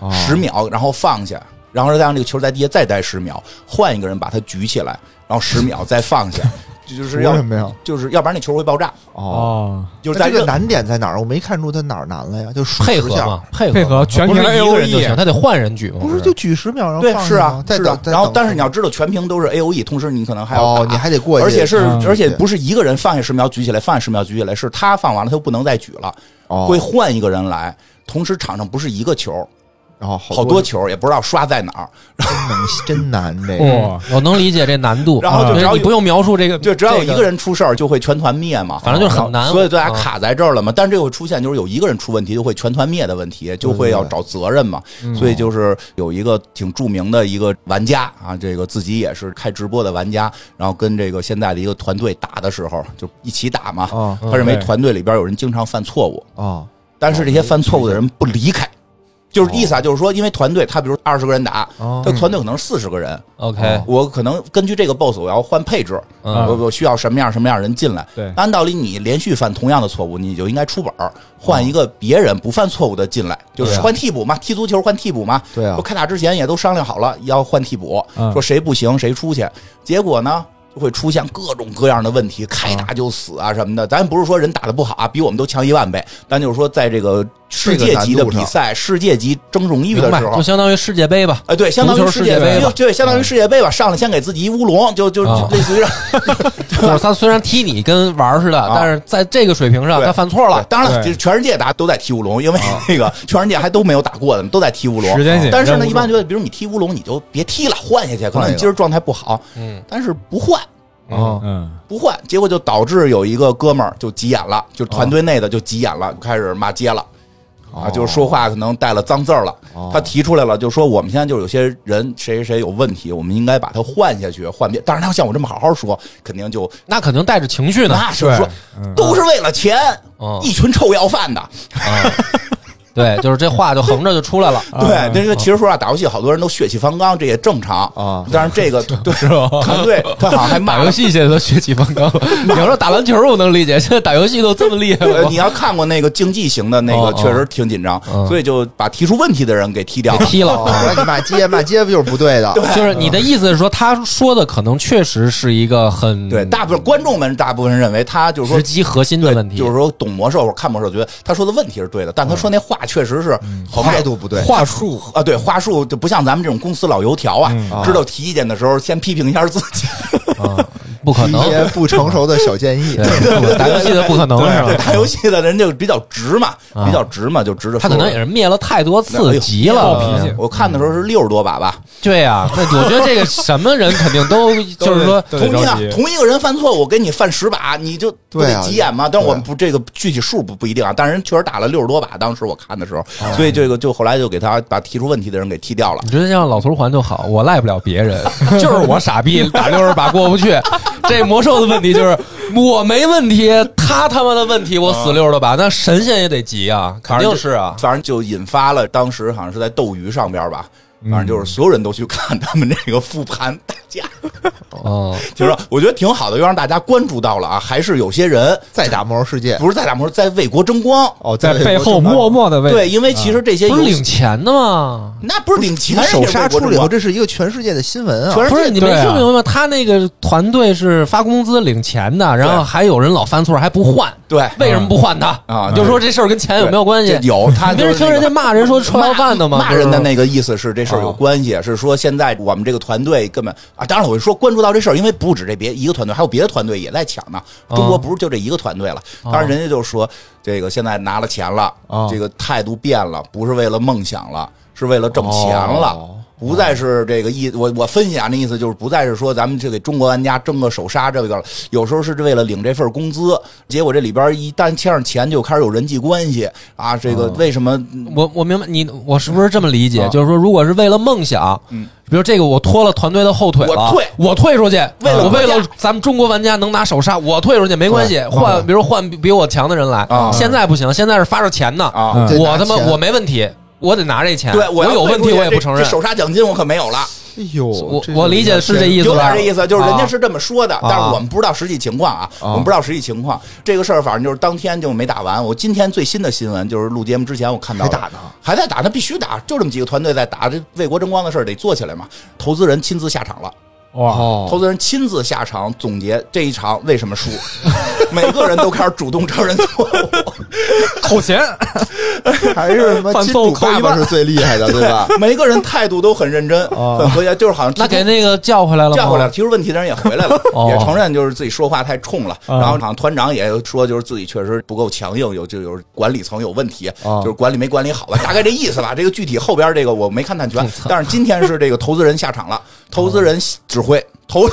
D: 哦
C: 十秒，然后放下，然后再让这个球在地下再待十秒，换一个人把它举起来，然后十秒再放 下，就是
D: 为
C: 要
D: 什么呀？
C: 就是要不然那球会爆炸，
D: 哦，
A: 哦，
C: 啊就是
D: 那
C: 在
D: 这个
C: 任
D: 难点在哪儿？我没看出它哪儿难了呀，就数
B: 配
D: 十
B: 合
D: 下，
B: 嘛，配合
A: 配合
B: 嘛
A: 全
B: 不是
A: 屏
B: 一个人就
A: AOE
B: 行，他得换人举嘛。
D: 不
B: 不
D: 是就举十秒，然后
C: 嗯对
D: 放
C: 是
D: 下
C: 啊
D: 吗再
C: 是
D: 等
C: 的，，
D: 再
C: 然后
D: 等
C: 但是你要知道全屏都是 A O E，同时你可能还要
D: 哦，
C: 打
D: 你还得过去，
C: 而且是，
A: 嗯
C: 而且不是一个人放下十秒举起来，放下十秒举起来，是他放完了他就不能再举了，
D: 哦
C: 会换一个人来。同时场上不是一个球，
D: 哦
C: 好
D: 好
C: 多
D: 多
C: 球也不知道刷在哪儿，
D: 真能真难这个。
B: 嗯，我能理解这难度。啊
C: 然后就只要有
B: 你不用描述这个，
C: 就只要有一
B: 这
C: 个人出事儿就会全团灭嘛。
B: 反正就是很难
C: 所以大家
B: 啊
C: 卡在这儿了嘛。但是这个会出现就是有一个人出问题就会全团灭的问题，就会要找责任嘛。
A: 嗯
B: 嗯
C: 所以就是有一个挺著名的一个玩家啊，这个自己也是开直播的玩家，然后跟这个现在的一个团队打的时候就一起打
B: 哦
C: 嘛。
D: 啊
C: 他认为
A: 对
C: 团队里边有人经常犯错误，
D: 啊
C: 但是这些犯错误的人不离开，就是意思啊，就是说，因为团队他比如二十个人打，
D: 啊
C: 他！团队可能是四十个人，
B: OK，
C: 我可能根据这个 boss 我要换配置，
B: 嗯
C: 我我需要什么样什么样人进来。
A: 对
C: 按道理你连续犯同样的错误，你就应该出本儿换一个别人不犯错误的进来，就是
D: 对啊
C: 换替补嘛，踢足球换替补嘛。
D: 对啊
C: 说，开打之前也都商量好了要换替补
A: 嗯，
C: 说谁不行谁出去，结果呢？就会出现各种各样的问题，开打就死啊什么的。咱不是说人打的不好啊，比我们都强一万倍，但就是说在这个世界级的比赛、世界级争荣誉
B: 明
C: 的
B: 白
C: 时，候
B: 就。相当于世界杯 吧。
C: 哎，对，相当
B: 足
C: 于
B: 球
C: 世界
B: 世界杯吧
C: 就对，相当于世界杯吧。上来先给自己一乌龙，就就
B: 啊
C: 就类似于让
B: 就是他虽然踢你跟玩儿似的，
C: 啊
B: 但是在这个水平上
C: 对
B: 他犯错
C: 对
B: 了，
C: 当然了，
A: 对
C: 就是全世界大家都在踢乌龙，因为那个全世界还都没有打过的，都在踢乌龙。
A: 时间紧
C: 啊哦但是
A: 任务
C: 呢，一般
A: 重
C: 觉得，比如你踢乌龙，你就别踢了，换下去。可能
D: 换一
C: 你
D: 个
C: 今儿状态不好，
B: 嗯，
C: 但是不换哦
B: 嗯
A: 嗯，
C: 不换，结果就导致有一个哥们儿就急眼了，就是团队内的就急眼了，开始骂街了。
D: 哦
C: 啊，就是说话可能带了脏字儿了，他提出来了，就说我们现在就是有些人谁谁谁有问题，我们应该把他换下去，换别。当然，他像我这么好好说，肯定就
B: 那肯定带着情绪呢。
C: 那是
A: 对
C: 说，
A: 嗯
C: 都是为了钱，
B: 嗯
C: 一群臭要饭的。
B: 对，就是这话就横着就 出来了。
C: 对，那个其实说实话，打游戏好多人都血气方刚，这也正常
D: 啊。
C: 但是这个对
B: 是吧
C: 团队他好像还骂
B: 打游
C: 了。
B: 戏现在都血气方 刚了，你要说打篮球我能理解，现在打游戏都这么 厉害
C: 呃
B: 了
C: 你，要看过那个竞技型的那个
B: 哦，哦
C: 确实挺紧张，
B: 嗯
C: 所以就把提出问题的人给踢掉
B: 给
C: 了。
B: 踢了。
D: 哦，那你骂街骂街不就是不对的？
B: 就是你的意思是说，他说的可能确实是一个很
C: 对，大部分观众们大部分认为他就是说
B: 直击核心的问题，
C: 就是说懂魔兽或者看魔兽，觉得他说的问题是对的，但他说那话确实是
B: 嗯
C: 好
D: 态度不对，
A: 话术
C: 啊，对话术就不像咱们这种公司老油条啊，知道提意见的时候先批评一下自己。
B: 嗯不可
D: 一
B: 能，
D: 些不成熟的小建议。
B: 对，打游戏的不可能是
C: 对，
B: 吧？
C: 打游戏的人就比较直嘛，比较直嘛，就直着说。
B: 啊
C: 哎
B: 他可能也是灭了太多次，急了，
A: 暴脾气
C: 我看的时候是六十多把吧，
B: 对呀，那我觉得这个什么人肯定 都就是说，
A: 都
C: 同
A: 得
C: 一
A: 着
C: 个
A: 急，
C: 同一个人犯错，我给你犯十把，你就不
D: 对
C: 得
D: 啊
C: 急眼嘛。但是我们
D: 对
C: 不这个具体数不不一定啊，但是人确实打了六十多把，当时我看的时候，所以这个就后来就给他把提出问题的人给踢掉了。
B: 你觉得像老头环就好，我赖不了 别人，就是我傻逼打六十把过不去。这魔兽的问题就是我没问题，他他妈的问题，我死六十多把，那神仙也得急啊，肯定是啊。
C: 嗯反正就引发了当时好像是在斗鱼上边吧。反正就是所有人都去看他们这个复盘打架，
B: 嗯，
C: 就是我觉得挺好的，又让大家关注到了啊，还是有些人
D: 再打魔兽世界，
C: 不是在打魔兽，在为国争光。
D: 哦，
A: 在背后默默的为
C: 对，因为其实这些
B: 不是
C: 游
B: 领钱的吗？
C: 那不是领钱，人家
D: 手杀
C: 为国
D: 出
C: 争
D: 了以后，
C: 光
D: 这是一个全世界的新闻啊！
C: 全
B: 不
C: 世
B: 是
C: 界
B: 你没
A: 对啊
B: 听明白吗？他那个团队是发工资领钱的，然后还有人老犯错还不换，
C: 对
B: 为什么不换他
C: 啊
B: 就说这事儿跟钱有没有关系
C: 这？有他
B: 你
C: 就
B: 不
C: 是
B: 是听人家骂人说吃
C: 那个
B: 牢饭的吗？啊
C: 骂
B: 不是
C: 人的那个意思是这事儿有关系，是说现在我们这个团队根本啊，当然我说关注到这事儿，因为不止这别一个团队，还有别的团队也在抢呢。
B: 啊
C: 中国不是就这一个团队了，当然人家就说这个现在拿了钱了，
B: 啊
C: 这个态度变了，不是为了梦想了，是为了挣钱了。
D: 哦
C: 不再是这个意，我我分析啊，那意思就是不再是说咱们这给中国玩家争个首杀这个了，有时候是为了领这份工资，结果这里边一旦牵上钱，就开始有人际关系啊，这
B: 嗯
C: 个为什么
B: 我我明白你，我是不是这么理解？
C: 啊
B: 就是说，如果是为了梦想，
C: 嗯，
B: 比如这个我拖了团队的后腿了，
C: 我退
B: 我退出去，为
C: 了
B: 我
C: 国
B: 为
C: 家
B: 了咱们中国玩家能拿首杀，我退出去没关系，换比如换比比我强的人来
C: 啊，
B: 现在不行，现在是发着钱呢，
C: 啊？
A: 嗯
D: 对
B: 我他妈
D: 拿钱
B: 我没问题，我得拿这钱，
C: 对，
B: 我
C: 要
B: 有问题
C: 退出去
B: 我也不承认
C: 这这。首杀奖金我可没有了，
D: 哎呦，
B: 我
D: 这
B: 我理解是这意思
C: 有
B: 吧？
C: 点这意思，就是人家
B: 啊
C: 是这么说的，但是我们不知道实际情况啊，我们不知道实际情况。这个事儿反正就是当天就没打完。我今天最新的新闻就是录节目之前我看到
D: 还
C: 了
D: 打呢，
C: 还在打，那必须打，就这么几个团队在打，这为国争光的事儿得做起来嘛。投资人亲自下场了。
A: 哇，
B: 哦
C: 投资人亲自下场总结这一场为什么输，每个人都开始主动承 认错误，
A: 扣 钱，
D: 还是什么
A: 犯
D: 金
A: 错误
D: 主
A: 扣
D: 爸
A: 一
D: 爸
A: 万
D: 是最厉害的，对吧？
C: 每个人态度都很认真，很和谐，就是好像
B: 哦那给那个叫回来了吗？
C: 叫回来了，提出问题的人也回来了，
B: 哦
C: 也承认就是自己说话太冲了。
A: 嗯
C: 然后好像团长也说，就是自己确实不够强硬，有就有管理层有问题，
D: 哦
C: 就是管理没管理好吧，大概这意思吧。这个具体后边这个我没看探全啊
B: 我操，
C: 但是今天是这个投资人下场了，投资人指挥，投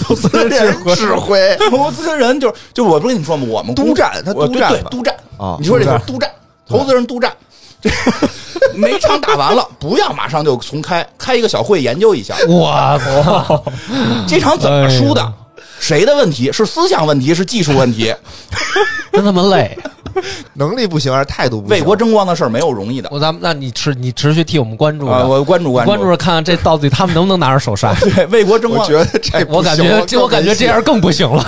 C: 投资人
D: 指挥
C: 投资人就是就我不是跟你说吗？我们
D: 督战他
C: 我
D: 督战
C: 对
D: 嘛
C: 对督战
D: 啊
C: 你说这
A: 督
C: 个
A: 战
C: 督战，投资人督战。 这每场打完了，不要马上就重开，开一个小会研究一下。
B: 我操！
C: 这场怎么输的？
B: 哎呀
C: 谁的问题？是思想问题，是技术问 题？
B: 真他妈累！
D: 能力不行还是态度不行？
C: 为国争光的事儿没有容易的
B: 我咱们，那你持你持续替我们关注着
C: 啊！我关注关注
B: 关注着看看这到底他们能不能拿着首杀。
C: 对为国争
D: 我
C: 光
D: 觉。得
C: 哎
D: 这不
B: 我感
D: 行
B: 觉这，我感觉这样更 不行了。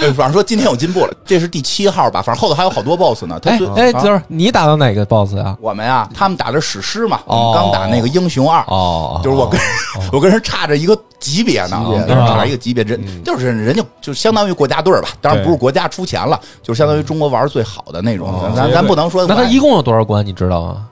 C: 呃反正说今天有进步了，这是第七号吧？反正后头还有好多 BOSS 呢。他
B: 哎
C: 最
B: 哎，
C: 啊
B: 就是你打到哪个 boss 啊？
C: 我们啊，他们打的史诗嘛，
B: 哦
C: 我们刚打那个英雄二，
B: 哦，
C: 就是我跟我跟人差着一个级别呢，
D: 级别
C: 啊就是到达一个级别，人
B: 嗯
C: 就是人家就相当于国家队儿吧，当然
A: 对
C: 不是国家出钱了，就是相当于中国玩儿最好的那种，咱
A: 对
C: 咱
A: 对
C: 咱不能说
B: 哦那他
C: 哇
B: 一共有多少关？你知道吗？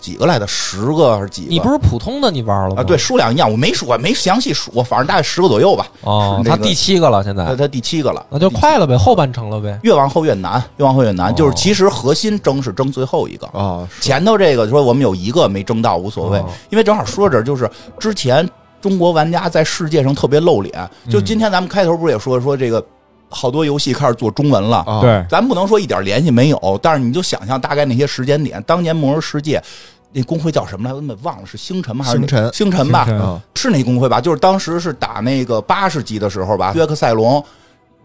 C: 几个来的，十个还是几个？
B: 你不是普通的你玩了
C: 啊？
B: 吗？
C: 对，，数量一样，我没数，没详细数，反正大概十个左右吧。
B: 哦，
C: 那
B: 他
C: 个
B: 第七个了，现
C: 那
B: 在
C: 他第七个了，
B: 啊那就快了呗，后半程了呗。
C: 越往后越难，越往后越难。
B: 哦
C: 就是其实核心争是争最后一个，
D: 啊，
C: 前头这个说我们有一个没争到无所谓
B: 哦，
C: 因为正好说着就是之前中国玩家在世界上特别露脸，
B: 嗯
C: 就今天咱们开头不是也说说这个好多游戏开始做中文了。
B: 哦
D: 啊，
A: 对，
C: 咱不能说一点联系没有，但是你就想象大概那些时间点，当年《魔兽世界》那工会叫什么来？我怎么忘了是星辰吗？还是哪
D: 星辰
C: 星辰吧？
A: 星辰
B: 嗯
D: 啊
C: 是那工会吧？就是当时是打那个八十级的时候
D: 嗯
C: 吧，约克塞隆。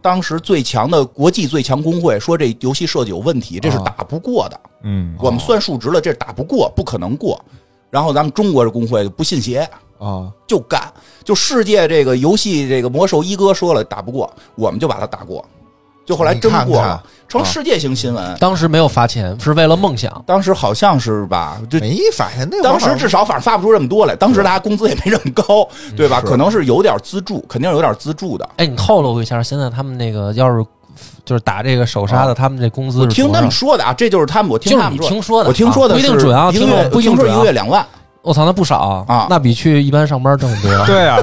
C: 当时最强的国际最强工会说这游戏设计有问题，这是打不过的。
A: 嗯，
C: 我们算数值了，这是打不过，不可能过。然后咱们中国的工会就不信邪，
D: 啊，
C: 就干。就世界这个游戏这个魔兽一哥说了打不过，我们就把他打过。就后来真
D: 你
C: 过
D: 看
C: 了
D: 看，嗯
C: 成世界型新闻。
B: 当时没有罚钱，是为了梦想。
C: 当时好像是吧，就
D: 没发现那会儿
C: 当时至少反正发不出这么多来，当时大家工资也没这么高，
B: 嗯
C: 对吧？
D: 是
C: 可能是有点资助，肯定有点资助的。
B: 哎，你透露一下，现在他们那个要是就是打这个手杀的，他们这工资是
C: 啊听
B: 多
C: 他
B: 少
C: 们？说的啊，这就是他们，我听
B: 就
C: 他
B: 是你
C: 们说的，
B: 听说的，
C: 我听说的
B: 不一定
C: 是
B: 准啊，
C: 一
B: 听
C: 个
B: 说
C: 月
B: 不一定
C: 听说
B: 准
C: 一
B: 啊
C: 个月。两万，
B: 我操，那不少
C: 啊
B: 那比去一般上班挣得多。
A: 对啊，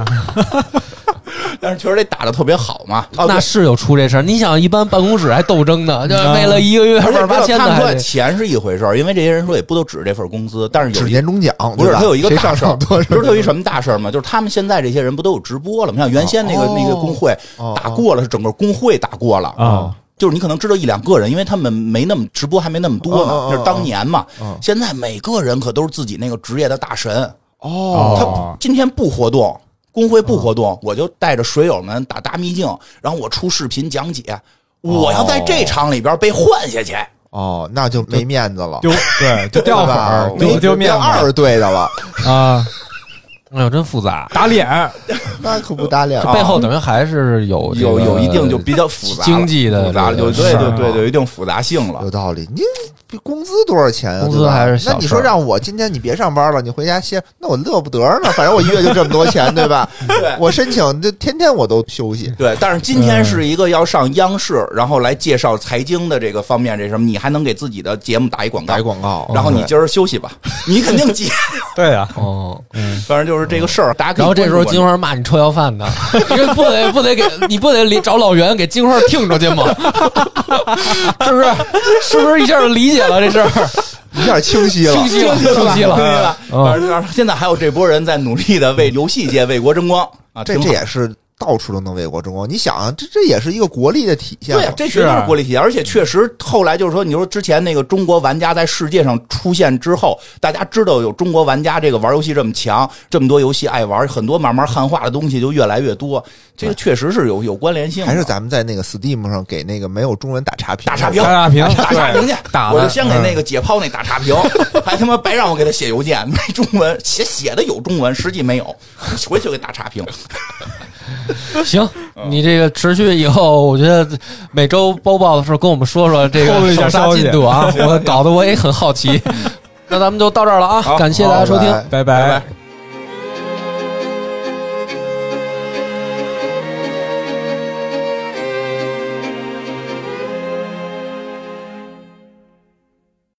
C: 但是确实得打的特别好嘛。啊，对嗯
B: 那是有出这事儿。你想，一般办公室还斗争呢，就是为了一个月
C: 而且
B: 万八
C: 不知
B: 千
C: 道
B: 的，
C: 他们
B: 还
C: 说
B: 得
C: 钱是一回事儿，因为这些人说也不都指这份工资，但是有
D: 指
C: 一
D: 年终奖
C: 不是
D: 啊对吧
C: 他有一个
D: 谁
C: 大
D: 上
C: 事儿
D: 场多，
C: 不是他有一什么大事儿吗？就是他们现在这些人不都有直播了吗？像原先那个
D: 哦
C: 那个工会
D: 哦
C: 打过了，是整个工会打过了
B: 哦
A: 啊。
C: 就是你可能知道一两个人，因为他们没那么直播还没那么多
D: 哦
C: 呢，
D: 哦哦
C: 那是当年嘛
D: 哦。
C: 现在每个人可都是自己那个职业的大神，
D: 哦，
C: 他今天不活动，工会不活动，我就带着水友们打大秘境，然后我出视频讲解。我要在
B: 哦
C: 这场里边被换下去，
D: 哦，那就没面子了，
A: 丢对，就掉粉儿，
D: 对
A: 丢
D: 吧我
A: 丢面
D: 变
A: 子
D: 二队的了，
A: 啊，
B: 哎呦，真复杂。
A: 打脸，
D: 那可不打脸
B: 这
D: 了
B: 背后等于还是有
C: 哦
B: 这
C: 有
B: 个
C: 有一定就比较复杂了，
B: 经济的
C: 复杂了，
B: 这
C: 就
B: 个
C: 对
A: 事儿
C: 对
A: 啊
C: 对对，有一定复杂性了
D: 哦有。道理。你比工资多少钱啊？
B: 工资
D: 对吧
B: 还是小
D: 那你说
B: 事儿
D: 让我今天你别上班了，你回家歇，那我乐不得呢。反正我一月就这么多钱，对吧？
C: 对
D: 我申请这天天我都休息。
C: 对，但是今天
D: 嗯
C: 是一个要上央视，然后来介绍财经的这个方面，这什么，你还能给自己的节目打一广告
D: 打一。广告，哦
C: 然后你
D: 对
C: 今儿休息吧，你肯定 急。
A: 对啊，
B: 哦，
C: 反正就是这个事儿，大家可以
B: 然后这时候
C: 关注
B: 金
C: 关
B: 花骂你臭要 饭的，你这不得不得给你不得找老袁给金花听出去吗？ 是不是？是不是一下就理解了这事儿？
D: 一下清晰了
B: 清。晰 了，
C: 注
B: 清晰
C: 吧
B: 了。
C: 对
B: 嗯
C: 吧？反正就是现在还有这波人在努力的为游戏界为国争光啊，
D: 这
C: 挺
D: 这
C: 好
D: 也是到处都能为国争光。你想啊，这这也是一个国力的体现嘛。
C: 对，啊这绝对
A: 是啊
C: 是国力体现，而且确实后来就是说，你说之前那个中国玩家在世界上出现之后，大家知道有中国玩家这个玩游戏这么强，这么多游戏爱玩，很多慢慢汉化的东西就越来越多，这个确实是有有关联性的。
D: 还是咱们在那个 Steam 上给那个没有中文打差评，
C: 打差评
A: 打差评，
C: 打差评去，
A: 打嗯
C: 我
A: 了
C: 就先给那个解剖那打差评，还他妈白让我给他写邮件，没中文，写写的有中文，实际没有，回去给打差评。
B: 行，你这个持续以后，我觉得每周播报的时候跟我们说说这
A: 透露
B: 个
A: 一
B: 手
A: 下
B: 杀
A: 消息
B: 进度啊，我搞得我也很好奇。那咱们就到这儿了啊，
C: 好
B: 感谢大家收听。
D: 拜
A: 拜
C: 拜
D: 拜
C: 拜
A: 拜。